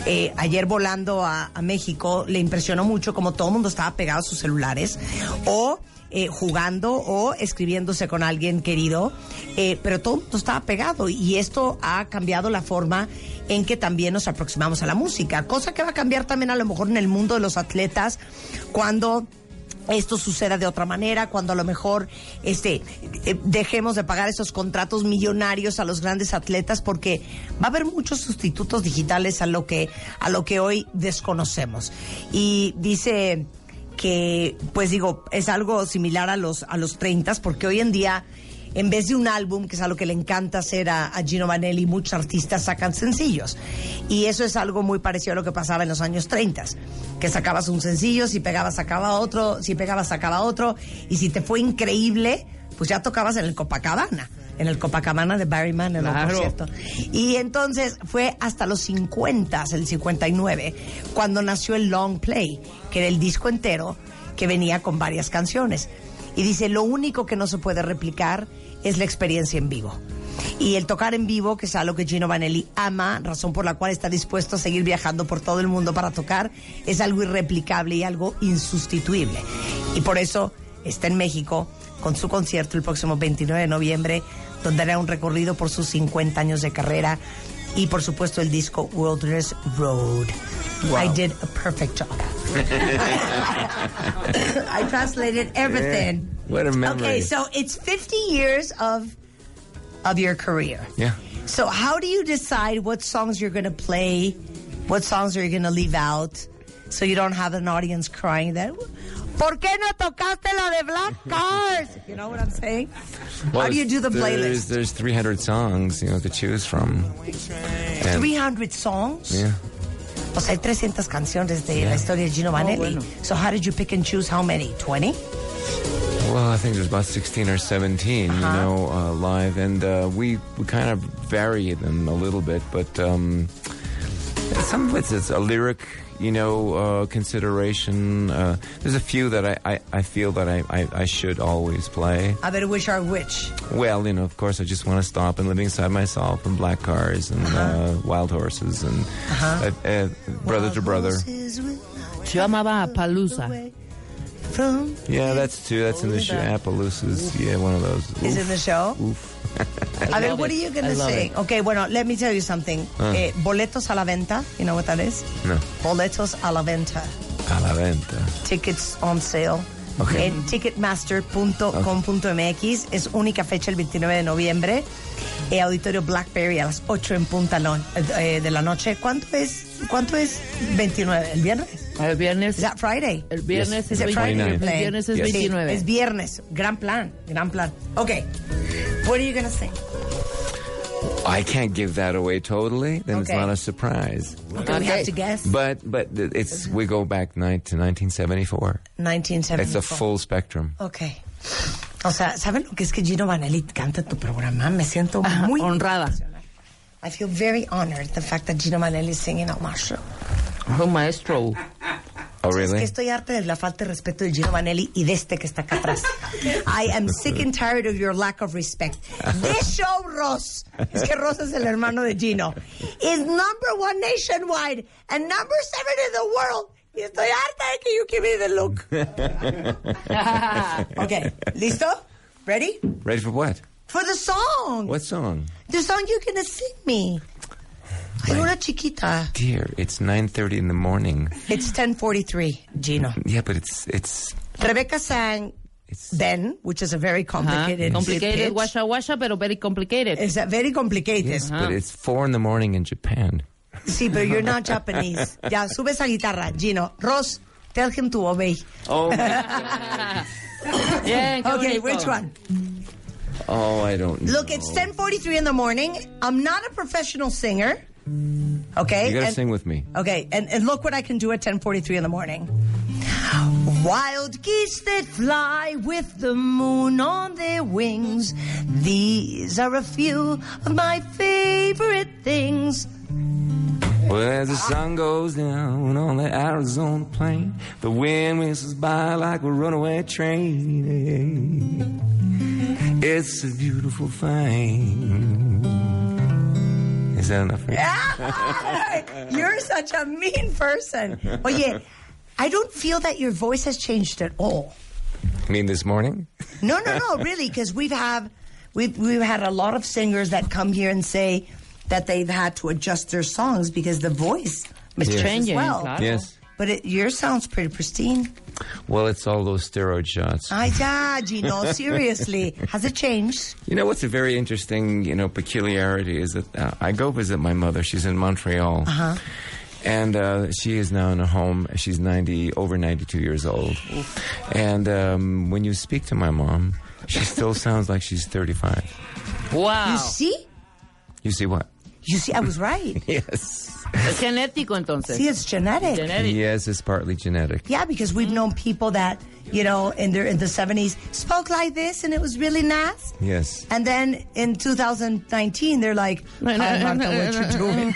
[SPEAKER 4] eh, ayer volando a, a México le impresionó mucho como todo el mundo estaba pegado a sus celulares o eh, jugando o escribiéndose con alguien querido, eh, pero todo el mundo estaba pegado y esto ha cambiado la forma en que también nos aproximamos a la música, cosa que va a cambiar también a lo mejor en el mundo de los atletas cuando esto suceda de otra manera, cuando a lo mejor este, eh, dejemos de pagar esos contratos millonarios a los grandes atletas, porque va a haber muchos sustitutos digitales a lo que, a lo que hoy desconocemos. Y dice que, pues digo, es algo similar a los, a los 30, porque hoy en día en vez de un álbum, que es algo que le encanta hacer a, a Gino Vanelli, muchos artistas sacan sencillos. Y eso es algo muy parecido a lo que pasaba en los años 30, que sacabas un sencillo, si pegabas sacaba otro, si pegabas sacaba otro, y si te fue increíble, pues ya tocabas en el Copacabana, en el Copacabana de Barry Manilow, por
[SPEAKER 7] Claro.
[SPEAKER 4] cierto. Y entonces fue hasta los 50, el 59, cuando nació el Long Play, que era el disco entero que venía con varias canciones. Y dice, lo único que no se puede replicar es la experiencia en vivo. Y el tocar en vivo, que es algo que Gino Vanelli ama, razón por la cual está dispuesto a seguir viajando por todo el mundo para tocar, es algo irreplicable y algo insustituible. Y por eso está en México con su concierto el próximo 29 de noviembre, donde hará un recorrido por sus 50 años de carrera y por supuesto el disco Wilderness Road. I did a perfect job. I translated everything.
[SPEAKER 6] Yeah, what a memory.
[SPEAKER 4] Okay, so it's 50 years of of your career.
[SPEAKER 6] Yeah.
[SPEAKER 4] So how do you decide what songs you're going to play? What songs are you going to leave out so you don't have an audience crying that ¿Por qué no tocaste la de Black Cars? You know what I'm saying? how do you do the
[SPEAKER 6] there's,
[SPEAKER 4] playlist?
[SPEAKER 6] There's 300 songs, you know, to choose from. And-
[SPEAKER 4] 300 songs?
[SPEAKER 6] Yeah.
[SPEAKER 4] O sea, hay 300 canciones de
[SPEAKER 6] Yeah.
[SPEAKER 4] la historia de Gino Vanelli. So how did you pick and choose how many? 20?
[SPEAKER 6] Well, I think there's about 16 or 17, you
[SPEAKER 4] Uh-huh.
[SPEAKER 6] know, uh, live, and uh, we we kind of vary them a little bit, but um, some of it's, it's a lyric, you know, uh, consideration. Uh, there's a few that I, I, I feel that I, I, I should always play.
[SPEAKER 4] I better wish are which?
[SPEAKER 6] Well, you know, of course, I just want to stop and living inside myself, and black cars, and
[SPEAKER 4] Uh-huh.
[SPEAKER 6] uh wild horses, and uh uh, brother to brother.
[SPEAKER 7] Yo amaba a Palusa.
[SPEAKER 6] Yeah, that's two. That's in the show. Appaloosa's. Yeah, one of those.
[SPEAKER 4] Is in the show? A ver,
[SPEAKER 6] love
[SPEAKER 4] what
[SPEAKER 6] it.
[SPEAKER 4] are you going
[SPEAKER 6] I
[SPEAKER 4] to
[SPEAKER 6] love
[SPEAKER 4] sing?
[SPEAKER 6] it.
[SPEAKER 4] Okay, bueno, let me tell you something.
[SPEAKER 6] Ah.
[SPEAKER 4] Eh, boletos a la venta. You know what that is?
[SPEAKER 6] No.
[SPEAKER 4] Boletos a la venta.
[SPEAKER 6] A la venta.
[SPEAKER 4] Tickets on sale.
[SPEAKER 6] Okay.
[SPEAKER 4] En ticketmaster.com.mx es única fecha el 29 de noviembre. Eh, auditorio Blackberry a las 8 en punta no- eh, de la noche. ¿Cuánto es? ¿Cuánto es 29? ¿El viernes?
[SPEAKER 7] El viernes.
[SPEAKER 4] Is that Friday?
[SPEAKER 7] El viernes
[SPEAKER 4] Is
[SPEAKER 7] es
[SPEAKER 4] it Friday
[SPEAKER 7] 29.
[SPEAKER 4] you're playing?
[SPEAKER 7] El viernes es
[SPEAKER 4] Sí,
[SPEAKER 7] 29.
[SPEAKER 4] es viernes. Gran plan, gran plan. Okay. What are you going to sing?
[SPEAKER 6] I can't give that away totally. Then it's
[SPEAKER 4] Okay.
[SPEAKER 6] not a surprise.
[SPEAKER 4] Okay, we have to guess.
[SPEAKER 6] But but th- it's we go back night to 1974.
[SPEAKER 4] 1974.
[SPEAKER 6] It's a full spectrum.
[SPEAKER 4] Ok. O sea, ¿saben lo que es que Gino Vanelli canta tu programa? Me siento muy honrada. I feel very honored the fact that Gino Vanelli is singing on my show.
[SPEAKER 7] Oh, maestro.
[SPEAKER 6] Oh,
[SPEAKER 4] Es que estoy harta de la falta de respeto de Gino Vanelli y de este que está acá atrás. I am sick and tired of your lack of respect. This show, Ross, es que Ross es el hermano de Gino, is number one nationwide and number seven in the world. Y estoy harta de que you give me the look. okay, ¿listo? ¿Ready?
[SPEAKER 6] Ready for what?
[SPEAKER 4] For the song.
[SPEAKER 6] What song?
[SPEAKER 4] The song you're gonna sing me. Ay, una chiquita.
[SPEAKER 6] Dear, it's 9:30 in the morning.
[SPEAKER 4] It's 1043, Gino.
[SPEAKER 6] Yeah, but it's it's
[SPEAKER 4] Rebecca sang then, which is a very complicated,
[SPEAKER 7] Complicated, Ah, complicated
[SPEAKER 4] pitch.
[SPEAKER 7] washa washa, pero very complicated.
[SPEAKER 4] It's a very complicated.
[SPEAKER 6] yes, but it's four in the morning in Japan.
[SPEAKER 4] Sí, pero you're not Japanese. Ya, sube esa guitarra, Gino. Ross, tell him to obey.
[SPEAKER 6] Oh,
[SPEAKER 7] Bien, Eh, qué
[SPEAKER 4] okay,
[SPEAKER 7] bonito.
[SPEAKER 4] which one?
[SPEAKER 6] oh, I don't. know.
[SPEAKER 4] Look, it's 10:43 in the morning. I'm not a professional singer. Okay.
[SPEAKER 6] You gotta
[SPEAKER 4] and-
[SPEAKER 6] sing with me.
[SPEAKER 4] Okay, and, and look what I can do at 10:43 in the morning. Wild geese that fly with the moon on their wings. These are a few of my favorite things.
[SPEAKER 6] Well, as the sun goes down on the Arizona plain, the wind whistles by like a runaway train. It's a beautiful thing. Is that enough? For you?
[SPEAKER 4] You're such a mean person. Oye, I don't feel that your voice has changed at all.
[SPEAKER 6] I mean, this morning?
[SPEAKER 4] No, no, no, really, because we've have we've we've had a lot of singers that come here and say that they've had to adjust their songs because the voice
[SPEAKER 6] Yes.
[SPEAKER 4] changes
[SPEAKER 6] Changing,
[SPEAKER 4] well.
[SPEAKER 6] claro. Yes.
[SPEAKER 4] But it, yours sounds pretty pristine.
[SPEAKER 6] Well, it's all those steroid shots.
[SPEAKER 4] Ay, ya, Gino, seriously. Has it changed?
[SPEAKER 6] You know what's a very interesting, you know, peculiarity is that uh, I go visit my mother. She's in Montreal,
[SPEAKER 4] Uh-huh.
[SPEAKER 6] and uh, she is now in a home. She's ninety, over ninety-two years old. And um, when you speak to my mom, she still sounds like she's thirty-five.
[SPEAKER 7] Wow.
[SPEAKER 4] You see?
[SPEAKER 6] You see what?
[SPEAKER 4] You see, I was right.
[SPEAKER 6] Yes.
[SPEAKER 7] Es genético entonces.
[SPEAKER 4] See, it's genetic.
[SPEAKER 6] Yes, it's partly genetic.
[SPEAKER 4] Yeah, because we've known people that, you know, in their in the 70s spoke like this and it was really nice.
[SPEAKER 6] Yes.
[SPEAKER 4] And then in 2019, they're like, I don't know what you're doing.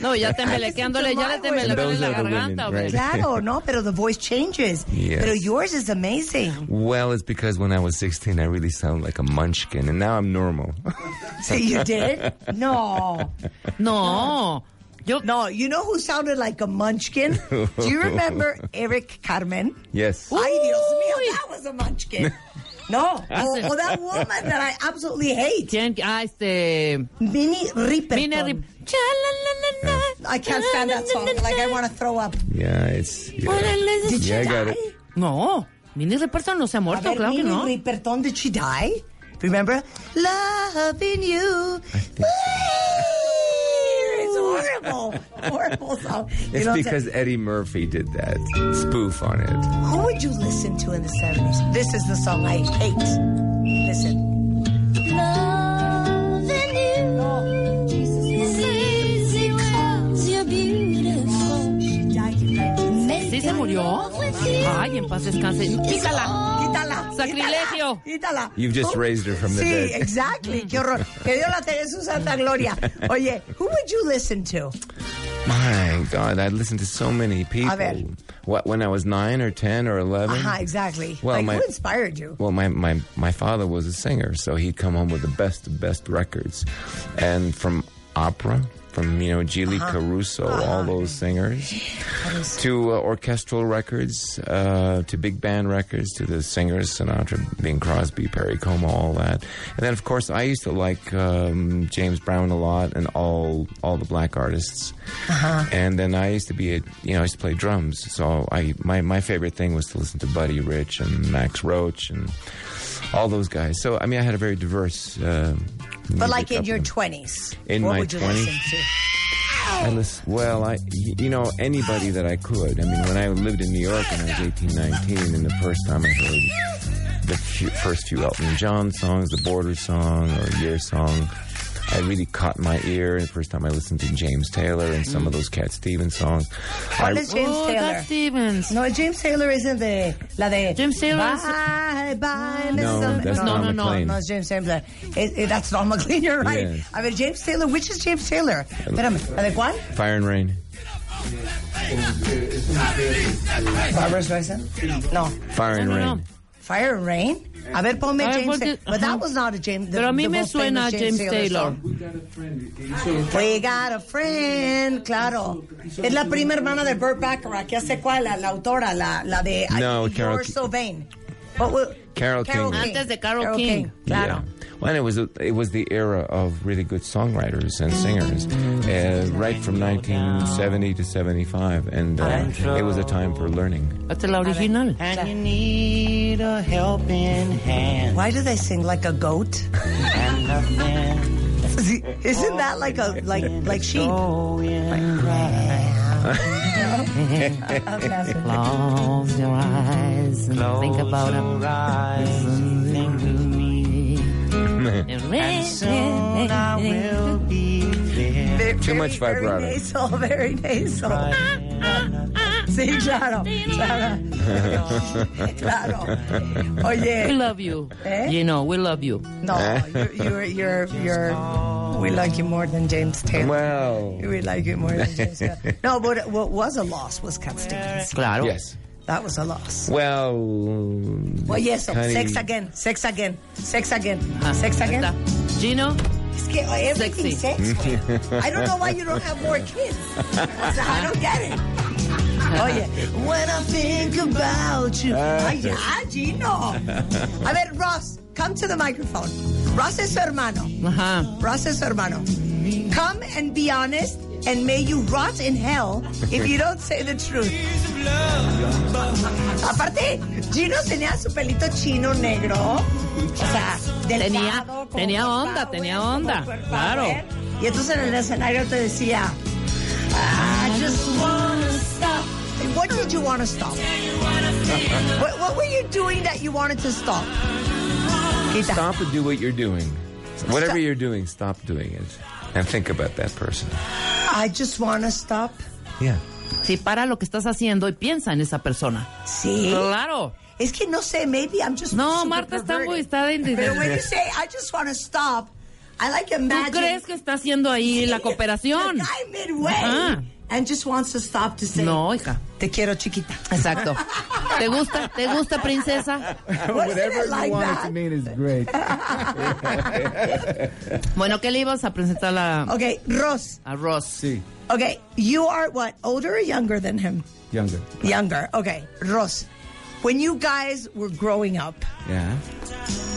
[SPEAKER 7] No, ya tembelequeándole, ya le tembelequeándole
[SPEAKER 6] Those
[SPEAKER 7] la
[SPEAKER 6] are the women,
[SPEAKER 7] garganta.
[SPEAKER 6] right.
[SPEAKER 7] hombre.
[SPEAKER 4] Claro, no, pero the voice changes.
[SPEAKER 6] Yes.
[SPEAKER 4] Pero yours is amazing.
[SPEAKER 6] Well, it's because when I was sixteen, I really sounded like a munchkin, and now I'm normal.
[SPEAKER 4] So you did? No.
[SPEAKER 7] No.
[SPEAKER 4] no, you know who sounded like a munchkin? Do you remember Eric Carmen?
[SPEAKER 6] yes.
[SPEAKER 4] Ay, Dios mío, that was a munchkin. No, o, o that woman that I absolutely hate.
[SPEAKER 7] ah, este.
[SPEAKER 4] Minnie Riperton.
[SPEAKER 7] Minnie Rip-
[SPEAKER 4] I can't stand that song. Like I want to throw up.
[SPEAKER 6] Yeah, it's. Yeah,
[SPEAKER 4] Did she
[SPEAKER 6] yeah I got
[SPEAKER 4] die?
[SPEAKER 6] it.
[SPEAKER 7] No, Minnie Riperton no se ha muerto,
[SPEAKER 4] A ver,
[SPEAKER 7] claro que
[SPEAKER 4] Minnie
[SPEAKER 7] no.
[SPEAKER 4] Riperton, did she die? Remember? Loving you. It's horrible. horrible song. You
[SPEAKER 6] It's
[SPEAKER 4] know,
[SPEAKER 6] because Eddie Murphy did that spoof on it.
[SPEAKER 4] Who would you listen to in the 70s? This is the song I hate. Listen.
[SPEAKER 7] ¿Sí se murió? Ay, en paz descanse. Quítala.
[SPEAKER 4] Quítala.
[SPEAKER 7] Sacrilegio.
[SPEAKER 4] Quítala.
[SPEAKER 6] You've just raised her from the
[SPEAKER 4] sí,
[SPEAKER 6] dead.
[SPEAKER 4] exactly. Qué horror. Que Dios la tenga en su santa gloria. Oye, who would you listen to?
[SPEAKER 6] My God, I listened to so many
[SPEAKER 4] ver.
[SPEAKER 6] people. What when I was nine or ten or eleven?
[SPEAKER 4] Ajá, exactly.
[SPEAKER 6] Well,
[SPEAKER 4] like,
[SPEAKER 6] my-
[SPEAKER 4] who inspired you?
[SPEAKER 6] Well, my, my, my father was a singer, so he'd come home with the best of best records, and from opera, from you know Gili
[SPEAKER 1] Uh-huh.
[SPEAKER 6] Caruso, all those singers, to uh, orchestral records, uh, to big band records, to the singers Sinatra, Bing Crosby, Perry Como, all that, and then of course I used to like um, James Brown a lot and all all the black artists.
[SPEAKER 4] Uh-huh.
[SPEAKER 6] And then I used to be a, you know, I used to play drums. So I, my, my favorite thing was to listen to Buddy Rich and Max Roach and all those guys. So, I mean, I had a very diverse, uh,
[SPEAKER 4] But like in
[SPEAKER 6] music
[SPEAKER 4] your 20s.
[SPEAKER 6] In
[SPEAKER 4] what
[SPEAKER 6] my
[SPEAKER 4] would you
[SPEAKER 6] 20s?
[SPEAKER 4] listen to?
[SPEAKER 6] up- I lis- well, I, you know, anybody that I could. I mean, when I lived in New York when I was 18, 19, and the first time I heard the few, first few Elton John songs, the Border song or Year song, I really caught my ear. The first time I listened to James Taylor and some of those Cat Stevens songs. I-
[SPEAKER 4] What is James
[SPEAKER 7] Oh,
[SPEAKER 4] Taylor?
[SPEAKER 7] Cat Stevens.
[SPEAKER 4] No, James Taylor isn't the la de James
[SPEAKER 7] Taylor is-
[SPEAKER 4] Bye, bye,
[SPEAKER 6] No,
[SPEAKER 4] Mrs. Summer-
[SPEAKER 6] that's
[SPEAKER 4] no,
[SPEAKER 6] Don
[SPEAKER 4] no, no,
[SPEAKER 6] McLean.
[SPEAKER 4] no, it's James Taylor. It, it, that's Don McLean. You're right.
[SPEAKER 6] Yes.
[SPEAKER 4] I mean, James Taylor. Which is James Taylor? Espérame, la de cuál?
[SPEAKER 6] Fire and Rain.
[SPEAKER 4] Barbra Streisand. No.
[SPEAKER 6] Fire and Rain.
[SPEAKER 4] Fire and Rain. A ver, ponme
[SPEAKER 7] A ver,
[SPEAKER 4] James.
[SPEAKER 7] Ah, porque-
[SPEAKER 4] Ta- but
[SPEAKER 7] ajá.
[SPEAKER 4] that was not a James. The,
[SPEAKER 7] Pero a mí
[SPEAKER 4] the
[SPEAKER 7] me
[SPEAKER 4] most
[SPEAKER 7] suena
[SPEAKER 4] famous
[SPEAKER 7] James Taylor.
[SPEAKER 4] song. Ah, We got a friend, claro. Es la prima hermana de Burt Bacharach. Ya sé cuál, la, la autora, la, la de I-
[SPEAKER 6] No, Carole
[SPEAKER 4] You're
[SPEAKER 6] King.
[SPEAKER 4] So Vain. What wa-
[SPEAKER 6] Carole King.
[SPEAKER 7] Antes de Carol
[SPEAKER 4] Carole
[SPEAKER 7] King.
[SPEAKER 4] Claro.
[SPEAKER 6] Yeah. Well, and it was it was the era of really good songwriters and singers, uh, right from 1970 to 75, and uh, it was a time for learning.
[SPEAKER 7] Hasta la original.
[SPEAKER 4] And you need a helping hand. Why do they sing like a goat? See, Isn't that like a like like sheep?
[SPEAKER 7] Close your eyes and think about it.
[SPEAKER 6] Too much vibrato.
[SPEAKER 4] Very nasal, very nasal. sí, claro, claro. Claro. Oye.
[SPEAKER 7] We love you.
[SPEAKER 4] ¿Eh?
[SPEAKER 7] You know, we love you.
[SPEAKER 4] No, you're, you're, you're, you're, we like you more than James Taylor.
[SPEAKER 6] Well,
[SPEAKER 4] we like you more than James Taylor. No, but what was a loss was Cat Stevens.
[SPEAKER 7] Claro.
[SPEAKER 6] Yes.
[SPEAKER 4] That was a loss.
[SPEAKER 6] Well.
[SPEAKER 4] Well, yes, so
[SPEAKER 6] honey,
[SPEAKER 4] sex again, sex again, sex again, sex again.
[SPEAKER 7] Gino,
[SPEAKER 4] Es que everything's sex. güey. I don't know why you don't have more kids. I don't get it. Oye, when I think about you. Ay, ya, Gino. A ver, Ross, come to the microphone. Ross es su hermano.
[SPEAKER 7] Ajá.
[SPEAKER 4] Ross es su hermano. Come and be honest and may you rot in hell if you don't say the truth. Aparte, Gino tenía su pelito chino negro. O sea, delgado,
[SPEAKER 7] Tenía-
[SPEAKER 4] como
[SPEAKER 7] tenía
[SPEAKER 4] Kurt
[SPEAKER 7] onda,
[SPEAKER 4] Bauer,
[SPEAKER 7] tenía
[SPEAKER 4] como
[SPEAKER 7] onda,
[SPEAKER 4] Kurt
[SPEAKER 7] claro.
[SPEAKER 4] Bauer. Y entonces en el escenario te decía, I just wanna stop. What did you want to stop? what, what were you doing that you wanted to stop?
[SPEAKER 6] Stop and do what you're doing. Whatever you're doing, stop doing it, and think about that person.
[SPEAKER 4] I just want to stop.
[SPEAKER 6] Yeah.
[SPEAKER 7] si para lo que estás haciendo y piensa en esa persona.
[SPEAKER 4] Sí.
[SPEAKER 7] Claro.
[SPEAKER 4] Es que no sé, maybe I'm just
[SPEAKER 7] No,
[SPEAKER 4] super
[SPEAKER 7] Marta está
[SPEAKER 4] perverted.
[SPEAKER 7] muy- está de- de-
[SPEAKER 4] Pero when you say I just want to stop, I like
[SPEAKER 7] ¿Tú
[SPEAKER 4] imagine
[SPEAKER 7] crees que está haciendo ahí la cooperación?
[SPEAKER 4] the guy midway
[SPEAKER 7] Ajá.
[SPEAKER 4] and just wants to stop to say
[SPEAKER 7] No, hija.
[SPEAKER 4] Te quiero chiquita.
[SPEAKER 7] Exacto. ¿Te gusta? ¿Te gusta, princesa?
[SPEAKER 4] Whatever it like that?
[SPEAKER 6] mean is great.
[SPEAKER 7] Bueno, ¿qué le ibas a presentar a,
[SPEAKER 4] Okay, Ross.
[SPEAKER 7] a Ross?
[SPEAKER 10] Sí,
[SPEAKER 4] Okay, you are what older or younger than him?
[SPEAKER 10] younger.
[SPEAKER 4] Younger. Okay, Ross. When you guys were growing up,
[SPEAKER 10] Yeah.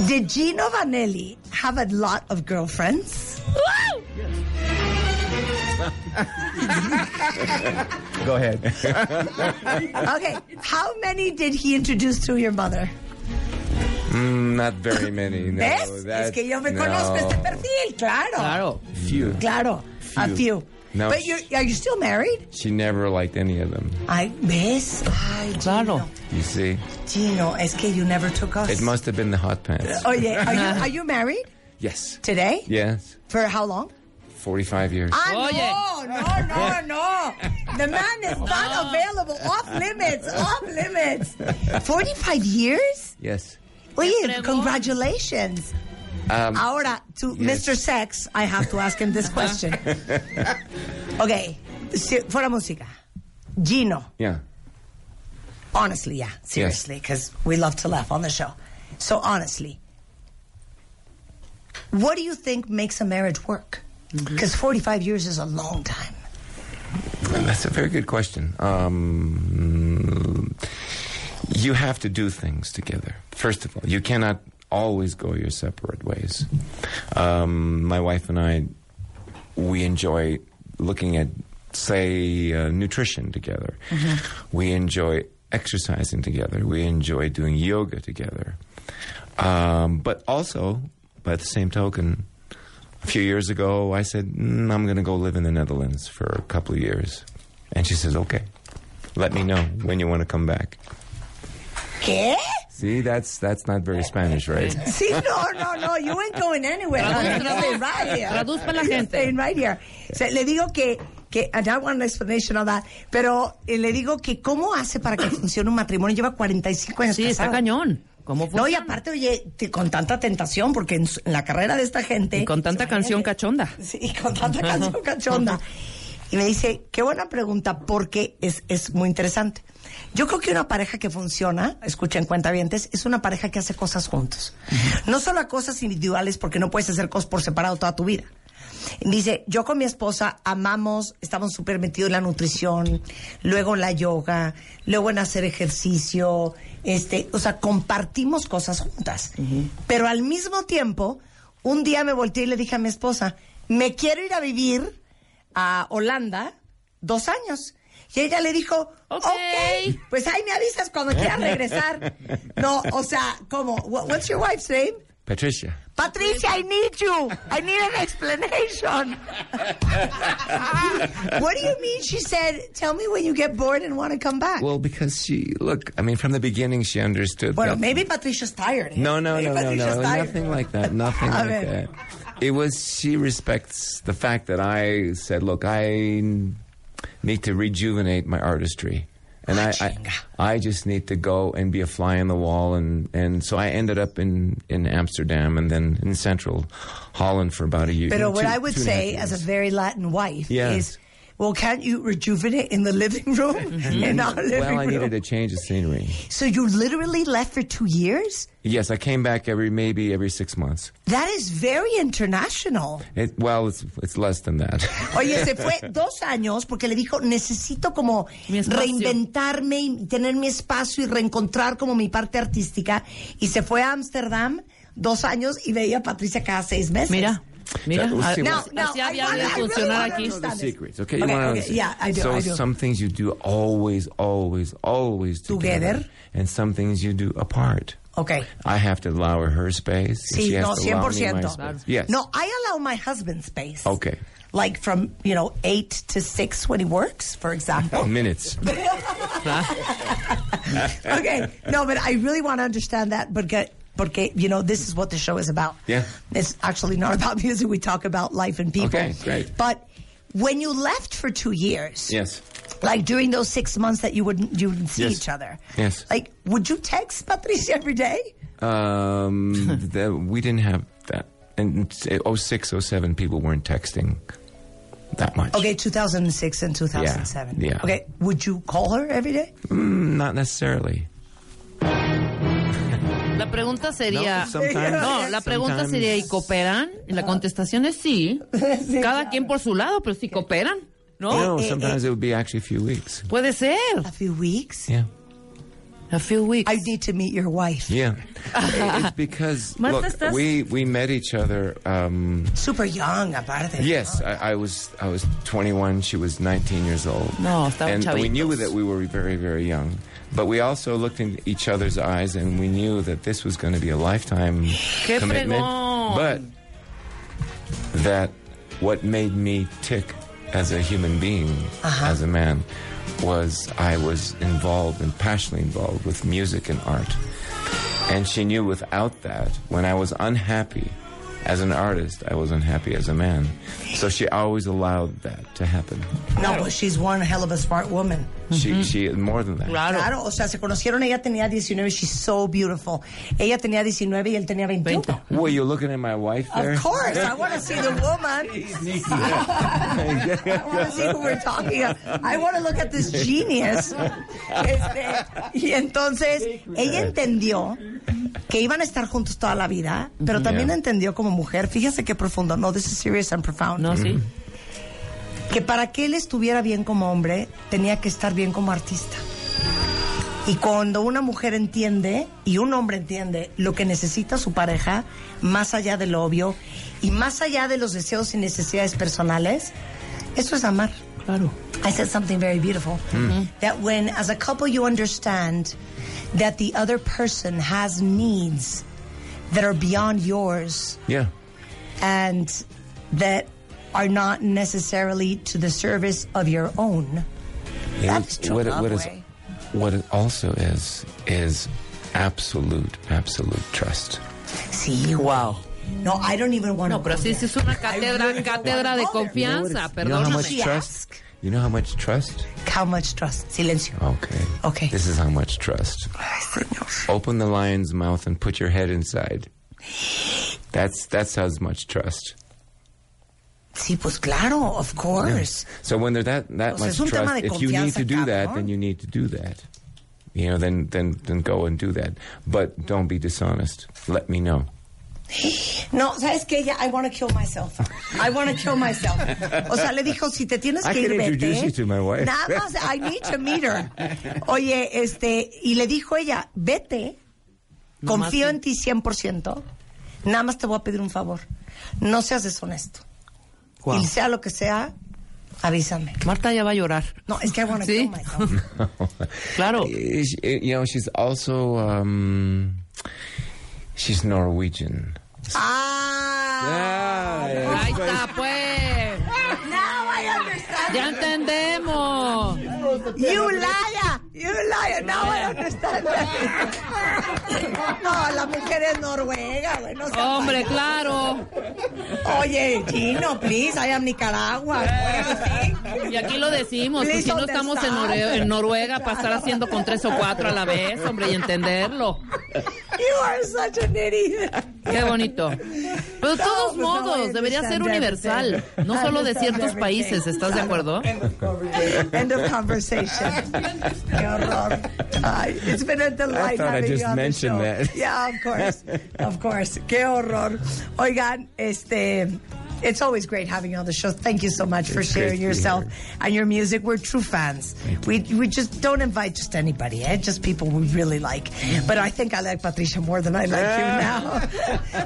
[SPEAKER 4] Did Gino Vanelli have a lot of girlfriends?
[SPEAKER 6] Go ahead.
[SPEAKER 4] okay, how many did he introduce to your mother?
[SPEAKER 6] Mm, not very many. No,
[SPEAKER 4] ¿Ves?
[SPEAKER 6] That,
[SPEAKER 4] es que yo me
[SPEAKER 6] no.
[SPEAKER 4] conozco este perfil, claro.
[SPEAKER 6] Few.
[SPEAKER 4] Claro, a few.
[SPEAKER 6] No.
[SPEAKER 4] But you're, are you still married?
[SPEAKER 6] She never liked any of them.
[SPEAKER 4] Ay, ¿ves? Ay, claro.
[SPEAKER 6] You see,
[SPEAKER 4] Gino, es que you never took us. Uh, oh.
[SPEAKER 6] it must have been the hot pants.
[SPEAKER 4] Oye, are you, are you married
[SPEAKER 6] Yes.
[SPEAKER 4] today?
[SPEAKER 6] Yes.
[SPEAKER 4] For how long?
[SPEAKER 6] Forty-five years.
[SPEAKER 4] Ah, no, no, no, no. The man is not available. Off limits, off limits. 45 years?
[SPEAKER 6] Yes.
[SPEAKER 4] Oye, congratulations.
[SPEAKER 6] Um,
[SPEAKER 4] Ahora, to
[SPEAKER 6] yes.
[SPEAKER 4] Mr. Sex, I have to ask him this question. okay, si- fuera música. Gino,
[SPEAKER 6] yeah.
[SPEAKER 4] honestly, yeah, seriously, because we love to laugh on the show. So, honestly, what do you think makes a marriage work? Because 45 years is a long time.
[SPEAKER 6] That's a very good question. Um, you have to do things together. First of all, you cannot always go your separate ways. Um, my wife and I, we enjoy looking at, say, uh, nutrition together. We enjoy exercising together. We enjoy doing yoga together. Um, but also, by the same token, a few years ago, I said, mm, I'm going to go live in the Netherlands for a couple of years. And she says, okay, let me know when you want to come back.
[SPEAKER 4] ¿Qué?
[SPEAKER 6] See, that's that's not very Spanish, right?
[SPEAKER 4] See, no, no, no, you ain't going anywhere.
[SPEAKER 7] Traduz,
[SPEAKER 4] You're staying right here.
[SPEAKER 7] traduz para la
[SPEAKER 4] You're
[SPEAKER 7] gente.
[SPEAKER 4] staying right here. O sea, le digo que, que, and I want an explanation of that, pero eh, le digo que cómo hace para que funcione un matrimonio. Lleva 45 años
[SPEAKER 7] Sí, está
[SPEAKER 4] casado.
[SPEAKER 7] cañón. ¿Cómo
[SPEAKER 4] No, y
[SPEAKER 7] funciona?
[SPEAKER 4] aparte, oye, te- con tanta tentación, porque en, su- en la carrera de esta gente...
[SPEAKER 7] Y con tanta canción cachonda.
[SPEAKER 4] Sí, con tanta canción cachonda. Y me dice, qué buena pregunta, porque es, es muy interesante. Yo creo que una pareja que funciona, escuchen cuentavientes, es una pareja que hace cosas juntos. No solo cosas individuales, porque no puedes hacer cosas por separado toda tu vida. Dice, yo con mi esposa amamos, estamos súper metidos en la nutrición, luego en la yoga, luego en hacer ejercicio, este, o sea, compartimos cosas juntas. Pero al mismo tiempo, un día me volteé y le dije a mi esposa, me quiero ir a vivir a Holanda dos años. Y ella le dijo, ok, pues ahí me avisas cuando quieras regresar. No, o sea, ¿cómo? Wha- What's your wife's name?
[SPEAKER 6] Patricia.
[SPEAKER 4] Patricia, I need you. I need an explanation. what do you mean? She said, tell me when you get bored and want to come back.
[SPEAKER 6] Well, because she look, I mean, from the beginning, she understood.
[SPEAKER 4] Bueno,
[SPEAKER 6] that-
[SPEAKER 4] maybe Patricia's tired. eh?
[SPEAKER 6] No, no,
[SPEAKER 4] Maybe
[SPEAKER 6] no, no,
[SPEAKER 4] Patricia's
[SPEAKER 6] no,
[SPEAKER 4] tired.
[SPEAKER 6] nothing like that. Nothing
[SPEAKER 4] A
[SPEAKER 6] like
[SPEAKER 4] ver.
[SPEAKER 6] that. It was she respects the fact that I said, look, I need to rejuvenate my artistry. And I, I, I just need to go and be a fly on the wall, and, and so I ended up in, in Amsterdam and then in Central Holland for about a year.
[SPEAKER 4] Pero what
[SPEAKER 6] two-
[SPEAKER 4] I would
[SPEAKER 6] two and a half
[SPEAKER 4] say
[SPEAKER 6] years.
[SPEAKER 4] as a very Latin wife
[SPEAKER 6] Yes.
[SPEAKER 4] is, well, can't you rejuvenate in the living room? In our living
[SPEAKER 6] well, I
[SPEAKER 4] room.
[SPEAKER 6] needed a change of scenery.
[SPEAKER 4] So you literally left for two years?
[SPEAKER 6] Yes, I came back every maybe every six months.
[SPEAKER 4] That is very international.
[SPEAKER 6] It, well, it's it's less than that.
[SPEAKER 4] Oye, se fue dos años porque le dijo, necesito como
[SPEAKER 7] espacio.
[SPEAKER 4] reinventarme y tener mi espacio y reencontrar como mi parte artística. Y se fue a Ámsterdam dos años y veía a Patricia cada seis meses.
[SPEAKER 7] Mira, mira.
[SPEAKER 6] That was
[SPEAKER 7] a-
[SPEAKER 6] simple.
[SPEAKER 4] No, no,
[SPEAKER 7] Así había
[SPEAKER 4] I
[SPEAKER 7] de
[SPEAKER 4] wanna- I really
[SPEAKER 7] funcionar
[SPEAKER 4] wanna
[SPEAKER 7] aquí.
[SPEAKER 4] understand
[SPEAKER 6] the
[SPEAKER 4] this.
[SPEAKER 6] secrets. Okay, you
[SPEAKER 4] Okay,
[SPEAKER 6] want to
[SPEAKER 4] okay, yeah, I do,
[SPEAKER 6] So
[SPEAKER 4] I do.
[SPEAKER 6] some things you do always, always, always together,
[SPEAKER 4] Together.
[SPEAKER 6] and some things you do apart.
[SPEAKER 4] Okay.
[SPEAKER 6] I have to allow her her space. and she
[SPEAKER 4] Sí,
[SPEAKER 6] has
[SPEAKER 4] no,
[SPEAKER 6] to allow me my
[SPEAKER 4] 100%.
[SPEAKER 6] space. Yes.
[SPEAKER 4] No, I allow my husband space.
[SPEAKER 6] Okay.
[SPEAKER 4] Like from, you know, eight to six when he works, for example.
[SPEAKER 6] Minutes.
[SPEAKER 4] okay. No, but I really want to understand that because, porque, you know, this is what the show is about.
[SPEAKER 6] Yeah.
[SPEAKER 4] It's actually not about music. We talk about life and people.
[SPEAKER 6] Okay, great.
[SPEAKER 4] But when you left for two years,
[SPEAKER 6] Yes.
[SPEAKER 4] like during those six months that you wouldn't, you wouldn't see
[SPEAKER 6] Yes.
[SPEAKER 4] each other.
[SPEAKER 6] Yes.
[SPEAKER 4] Like, would you text Patricia every day?
[SPEAKER 6] Um, the, we didn't have that. And oh six, oh seven, people weren't texting that much.
[SPEAKER 4] Okay, 2006 and 2007.
[SPEAKER 6] Yeah, yeah.
[SPEAKER 4] Okay, would you call her every day?
[SPEAKER 6] Mm, not necessarily.
[SPEAKER 7] La pregunta sería.
[SPEAKER 6] No, sometimes-
[SPEAKER 7] No, la pregunta
[SPEAKER 6] sometimes-
[SPEAKER 7] sería: ¿y cooperan? Y la contestación es sí. Cada quien por su lado, pero sí cooperan, ¿no?
[SPEAKER 4] eh,
[SPEAKER 6] No, sometimes it would be actually a few weeks.
[SPEAKER 7] Puede ser.
[SPEAKER 4] A few weeks?
[SPEAKER 6] Yeah.
[SPEAKER 7] a few weeks.
[SPEAKER 4] I need to meet your wife.
[SPEAKER 6] Yeah, It- it's because
[SPEAKER 4] Marta,
[SPEAKER 6] look,
[SPEAKER 4] estás-
[SPEAKER 6] we we met each other. Um,
[SPEAKER 4] Super young, aparte.
[SPEAKER 6] Yes, I, I was I was 21. She was 19 years old.
[SPEAKER 7] No, estaban
[SPEAKER 6] and we
[SPEAKER 7] chavitos.
[SPEAKER 6] knew that we were very very young, but we also looked in each other's eyes and we knew that this was going to be a lifetime
[SPEAKER 7] Qué
[SPEAKER 6] commitment.
[SPEAKER 7] fregón.
[SPEAKER 6] But that what made me tick as a human being,
[SPEAKER 7] Uh-huh.
[SPEAKER 6] as a man, was I was involved and passionately involved with music and art. And she knew without that, when I was unhappy as an artist, I was unhappy as a man. So she always allowed that to happen.
[SPEAKER 4] No, but she's one hell of a smart woman.
[SPEAKER 7] Mm-hmm.
[SPEAKER 6] She, she, more than that.
[SPEAKER 4] Claro. o sea, se conocieron, ella tenía 19, she's so beautiful. Ella tenía 19 y él tenía 21.
[SPEAKER 6] Well, you're looking at my wife
[SPEAKER 4] Mm-hmm.
[SPEAKER 6] there?
[SPEAKER 4] Of course, I want to see the woman. I want to see who we're talking about. I want to look at this genius. Este, y entonces, ella entendió que iban a estar juntos toda la vida, pero también
[SPEAKER 11] Yeah.
[SPEAKER 4] entendió como mujer, fíjese qué profundo, no, this is serious and profound. No,
[SPEAKER 7] sí.
[SPEAKER 4] Que para que él estuviera bien como hombre, tenía que estar bien como artista. Y cuando una mujer entiende y un hombre entiende lo que necesita su pareja, más allá del obvio y más allá de los deseos y necesidades personales, eso es amar.
[SPEAKER 7] Claro.
[SPEAKER 4] I said something very beautiful.
[SPEAKER 12] Mm.
[SPEAKER 4] That when, as a couple, you understand that the other person has needs that are beyond yours
[SPEAKER 6] Yeah.
[SPEAKER 4] and that are not necessarily to the service of your own.
[SPEAKER 6] And what, it- what, is, what it also is, is absolute, absolute trust.
[SPEAKER 4] See,
[SPEAKER 6] wow.
[SPEAKER 4] No, I don't even want
[SPEAKER 7] No, pero sí, sí es una cátedra, cátedra de confianza,
[SPEAKER 6] You know how much
[SPEAKER 7] perdóname.
[SPEAKER 6] trust? You know how much trust?
[SPEAKER 4] How much trust? Silencio.
[SPEAKER 6] Okay.
[SPEAKER 4] Okay.
[SPEAKER 6] This is how much trust. Open the lion's mouth and put your head inside. That's that's how much trust.
[SPEAKER 4] Sí, pues claro, of course.
[SPEAKER 6] Yeah. So when they're that that
[SPEAKER 4] O sea,
[SPEAKER 6] much
[SPEAKER 4] es un tema
[SPEAKER 6] trust,
[SPEAKER 4] de
[SPEAKER 6] if you need
[SPEAKER 4] confianza,
[SPEAKER 6] to do that,
[SPEAKER 4] cabrón.
[SPEAKER 6] then you need to do that. You know, then then then go and do that. But don't be dishonest. Let me know.
[SPEAKER 4] No, ¿sabes qué? Ya, I want to kill myself. I want to kill myself. O sea, le dijo, si te tienes
[SPEAKER 6] I
[SPEAKER 4] que
[SPEAKER 6] can
[SPEAKER 4] ir,
[SPEAKER 6] introduce you
[SPEAKER 4] vete.
[SPEAKER 6] to my wife.
[SPEAKER 4] Nada más, I need to meet her. Oye, este, y le dijo ella, vete,
[SPEAKER 12] No más
[SPEAKER 4] confío en ti 100%, nada más te voy a pedir un favor, no seas deshonesto.
[SPEAKER 7] Wow.
[SPEAKER 4] Y sea lo que sea, avísame.
[SPEAKER 7] Marta ya va a llorar.
[SPEAKER 4] No, es que I want to kill myself.
[SPEAKER 7] Claro.
[SPEAKER 6] Oh, eh, You know, she's also um, she's Norwegian.
[SPEAKER 4] Ah.
[SPEAKER 7] Ahí está, pues. Ya entendemos.
[SPEAKER 4] You liar, you liar. No, I understand. No, la mujer es noruega, güey. no seas
[SPEAKER 7] Hombre,
[SPEAKER 4] payaso.
[SPEAKER 7] claro.
[SPEAKER 4] Oye, Chino, please, I am Nicaragua.
[SPEAKER 7] Eh. Y aquí lo decimos, pues,
[SPEAKER 4] Please
[SPEAKER 7] si no estamos en,
[SPEAKER 4] understand.
[SPEAKER 7] Norue- en Noruega para estar haciendo con tres o cuatro a la vez, hombre, y entenderlo.
[SPEAKER 4] You are such an idiot.
[SPEAKER 7] Qué bonito. Pero
[SPEAKER 4] No,
[SPEAKER 7] de todos
[SPEAKER 4] pues, no, I
[SPEAKER 7] modos,
[SPEAKER 4] understand
[SPEAKER 7] debería ser
[SPEAKER 4] everything.
[SPEAKER 7] universal, no
[SPEAKER 4] I
[SPEAKER 7] solo de
[SPEAKER 4] understand
[SPEAKER 7] ciertos
[SPEAKER 4] everything.
[SPEAKER 7] países, ¿estás de acuerdo?
[SPEAKER 4] End of conversation. Qué horror. Ay, it's been a
[SPEAKER 6] I
[SPEAKER 4] delight
[SPEAKER 6] thought I
[SPEAKER 4] having
[SPEAKER 6] just
[SPEAKER 4] you on the
[SPEAKER 6] mentioned
[SPEAKER 4] show.
[SPEAKER 6] that.
[SPEAKER 4] Yeah, of course. Of course. Qué horror. Oigan, este. It's always great having you on the show. Thank you so much for
[SPEAKER 12] It's great to
[SPEAKER 4] sharing
[SPEAKER 12] be
[SPEAKER 4] yourself and your music. We're true fans. We we just don't invite just anybody, eh? Just people we really like. But I think I like Patricia more than I like you now.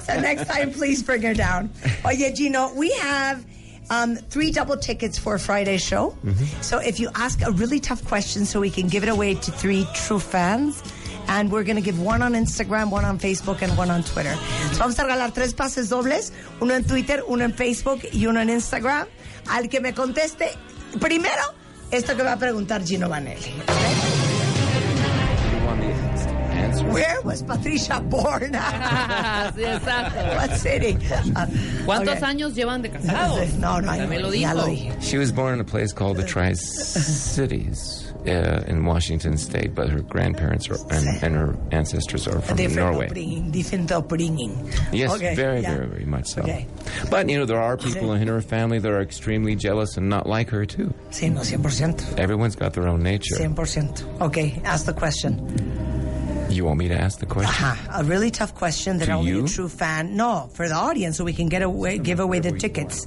[SPEAKER 4] so next time, please bring her down. Oh yeah, Gino, we have um, three double tickets for Friday's show.
[SPEAKER 12] Mm-hmm.
[SPEAKER 4] So if you ask a really tough question, so we can give it away to three true fans. And we're going to give one on Instagram, one on Facebook, and one on Twitter. So vamos a regalar tres pases dobles, uno en Twitter, uno en Facebook y uno en Instagram. Al que me conteste primero esto que va a preguntar Gino Vanelli.
[SPEAKER 6] You want the answer?
[SPEAKER 4] Where was Patricia born?
[SPEAKER 7] sí, exacto.
[SPEAKER 4] What city? Uh,
[SPEAKER 7] ¿Cuántos
[SPEAKER 4] okay.
[SPEAKER 7] años llevan de casados?
[SPEAKER 4] No, no,
[SPEAKER 7] Ya me lo
[SPEAKER 4] ya lo
[SPEAKER 7] dijo.
[SPEAKER 4] dije.
[SPEAKER 6] She was born in a place called the Tri Cities uh, in Washington State, but her grandparents are, and, and her ancestors are from
[SPEAKER 4] Different
[SPEAKER 6] Norway.
[SPEAKER 4] upbringing, different upbringing.
[SPEAKER 6] Yes,
[SPEAKER 4] Okay,
[SPEAKER 6] very,
[SPEAKER 4] yeah.
[SPEAKER 6] very, very much so.
[SPEAKER 4] Okay.
[SPEAKER 6] But you know, there are people in her family that are extremely jealous and not like her too.
[SPEAKER 4] Sí, no, 100%.
[SPEAKER 6] Everyone's got their own nature.
[SPEAKER 4] 100%. Okay, ask the question.
[SPEAKER 6] You want me to ask the question?
[SPEAKER 4] Ah, A really tough question that
[SPEAKER 6] To
[SPEAKER 4] only
[SPEAKER 6] you?
[SPEAKER 4] a true fan. No, for the audience, so we can get away, give away the tickets.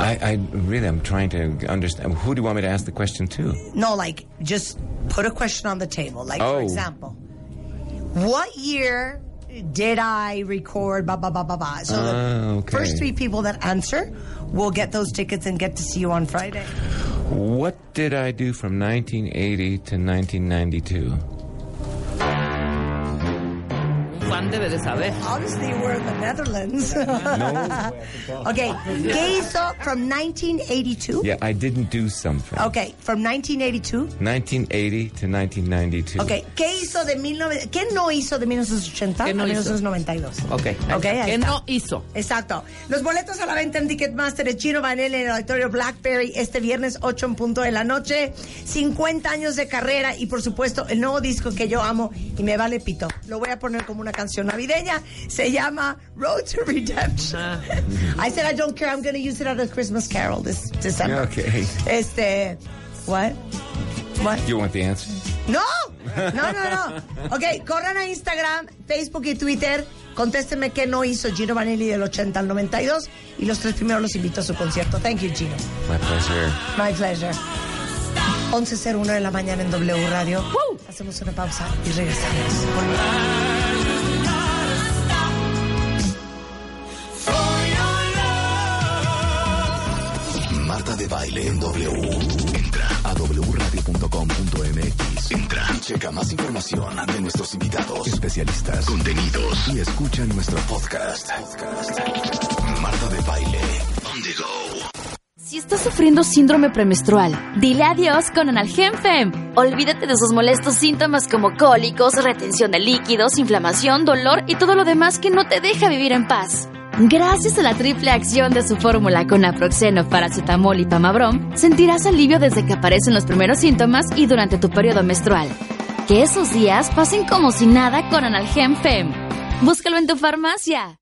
[SPEAKER 6] I, I really am trying to understand. Who do you want me to ask the question to?
[SPEAKER 4] No, like just put a question on the table. Like for
[SPEAKER 6] Oh.
[SPEAKER 4] example, what year did I record? Blah blah blah blah blah. So the
[SPEAKER 6] Ah, okay.
[SPEAKER 4] first three people that answer will get those tickets and get to see you on Friday.
[SPEAKER 6] What did I do from 1980 to 1992?
[SPEAKER 7] Fan debe de saber.
[SPEAKER 4] Obviously, you were in the Netherlands. okay, ¿qué hizo from 1982?
[SPEAKER 6] Yeah, I didn't do something.
[SPEAKER 4] Okay, from 1982.
[SPEAKER 6] 1980 to 1992.
[SPEAKER 4] Okay, ¿qué hizo de 19... ¿Qué no hizo de 1980
[SPEAKER 6] ¿Qué no
[SPEAKER 4] a
[SPEAKER 6] hizo?
[SPEAKER 4] 1992?
[SPEAKER 6] Okay.
[SPEAKER 4] Ok, ahí está.
[SPEAKER 7] hizo?
[SPEAKER 4] Exacto. Los boletos a la venta en Ticketmaster de Gino Vanelli en el auditorio Blackberry este viernes 8 en punto de la noche. 50 años de carrera y por supuesto el nuevo disco que yo amo y me vale pito. Lo voy a poner como una canción navideña. Se llama Road to Redemption. I said I don't care. I'm going to use it at a Christmas carol this December.
[SPEAKER 6] Okay.
[SPEAKER 4] Este, what? What?
[SPEAKER 6] You want the answer?
[SPEAKER 4] No, no, no, no. Ok, corran a Instagram, Facebook y Twitter. Contésteme qué no hizo Gino Vanelli del 80 al 92 y los tres primeros los invito a su concierto. Thank you, Gino.
[SPEAKER 6] My pleasure.
[SPEAKER 4] My pleasure. 11.01 de la mañana en W Radio. Hacemos una pausa y regresamos.
[SPEAKER 1] Marta de Baile en W. Entra a wradio.com.mx. Entra y checa más información de nuestros invitados, especialistas, contenidos y escucha nuestro podcast. Marta de Baile. On the go.
[SPEAKER 13] Si estás sufriendo síndrome premenstrual, dile adiós con Analgenfem. Olvídate de esos molestos síntomas como cólicos, retención de líquidos, inflamación, dolor y todo lo demás que no te deja vivir en paz. Gracias a la triple acción de su fórmula con naproxeno, paracetamol y pamabrom, sentirás alivio desde que aparecen los primeros síntomas y durante tu periodo menstrual. Que esos días pasen como si nada con Analgenfem. Búscalo en tu farmacia.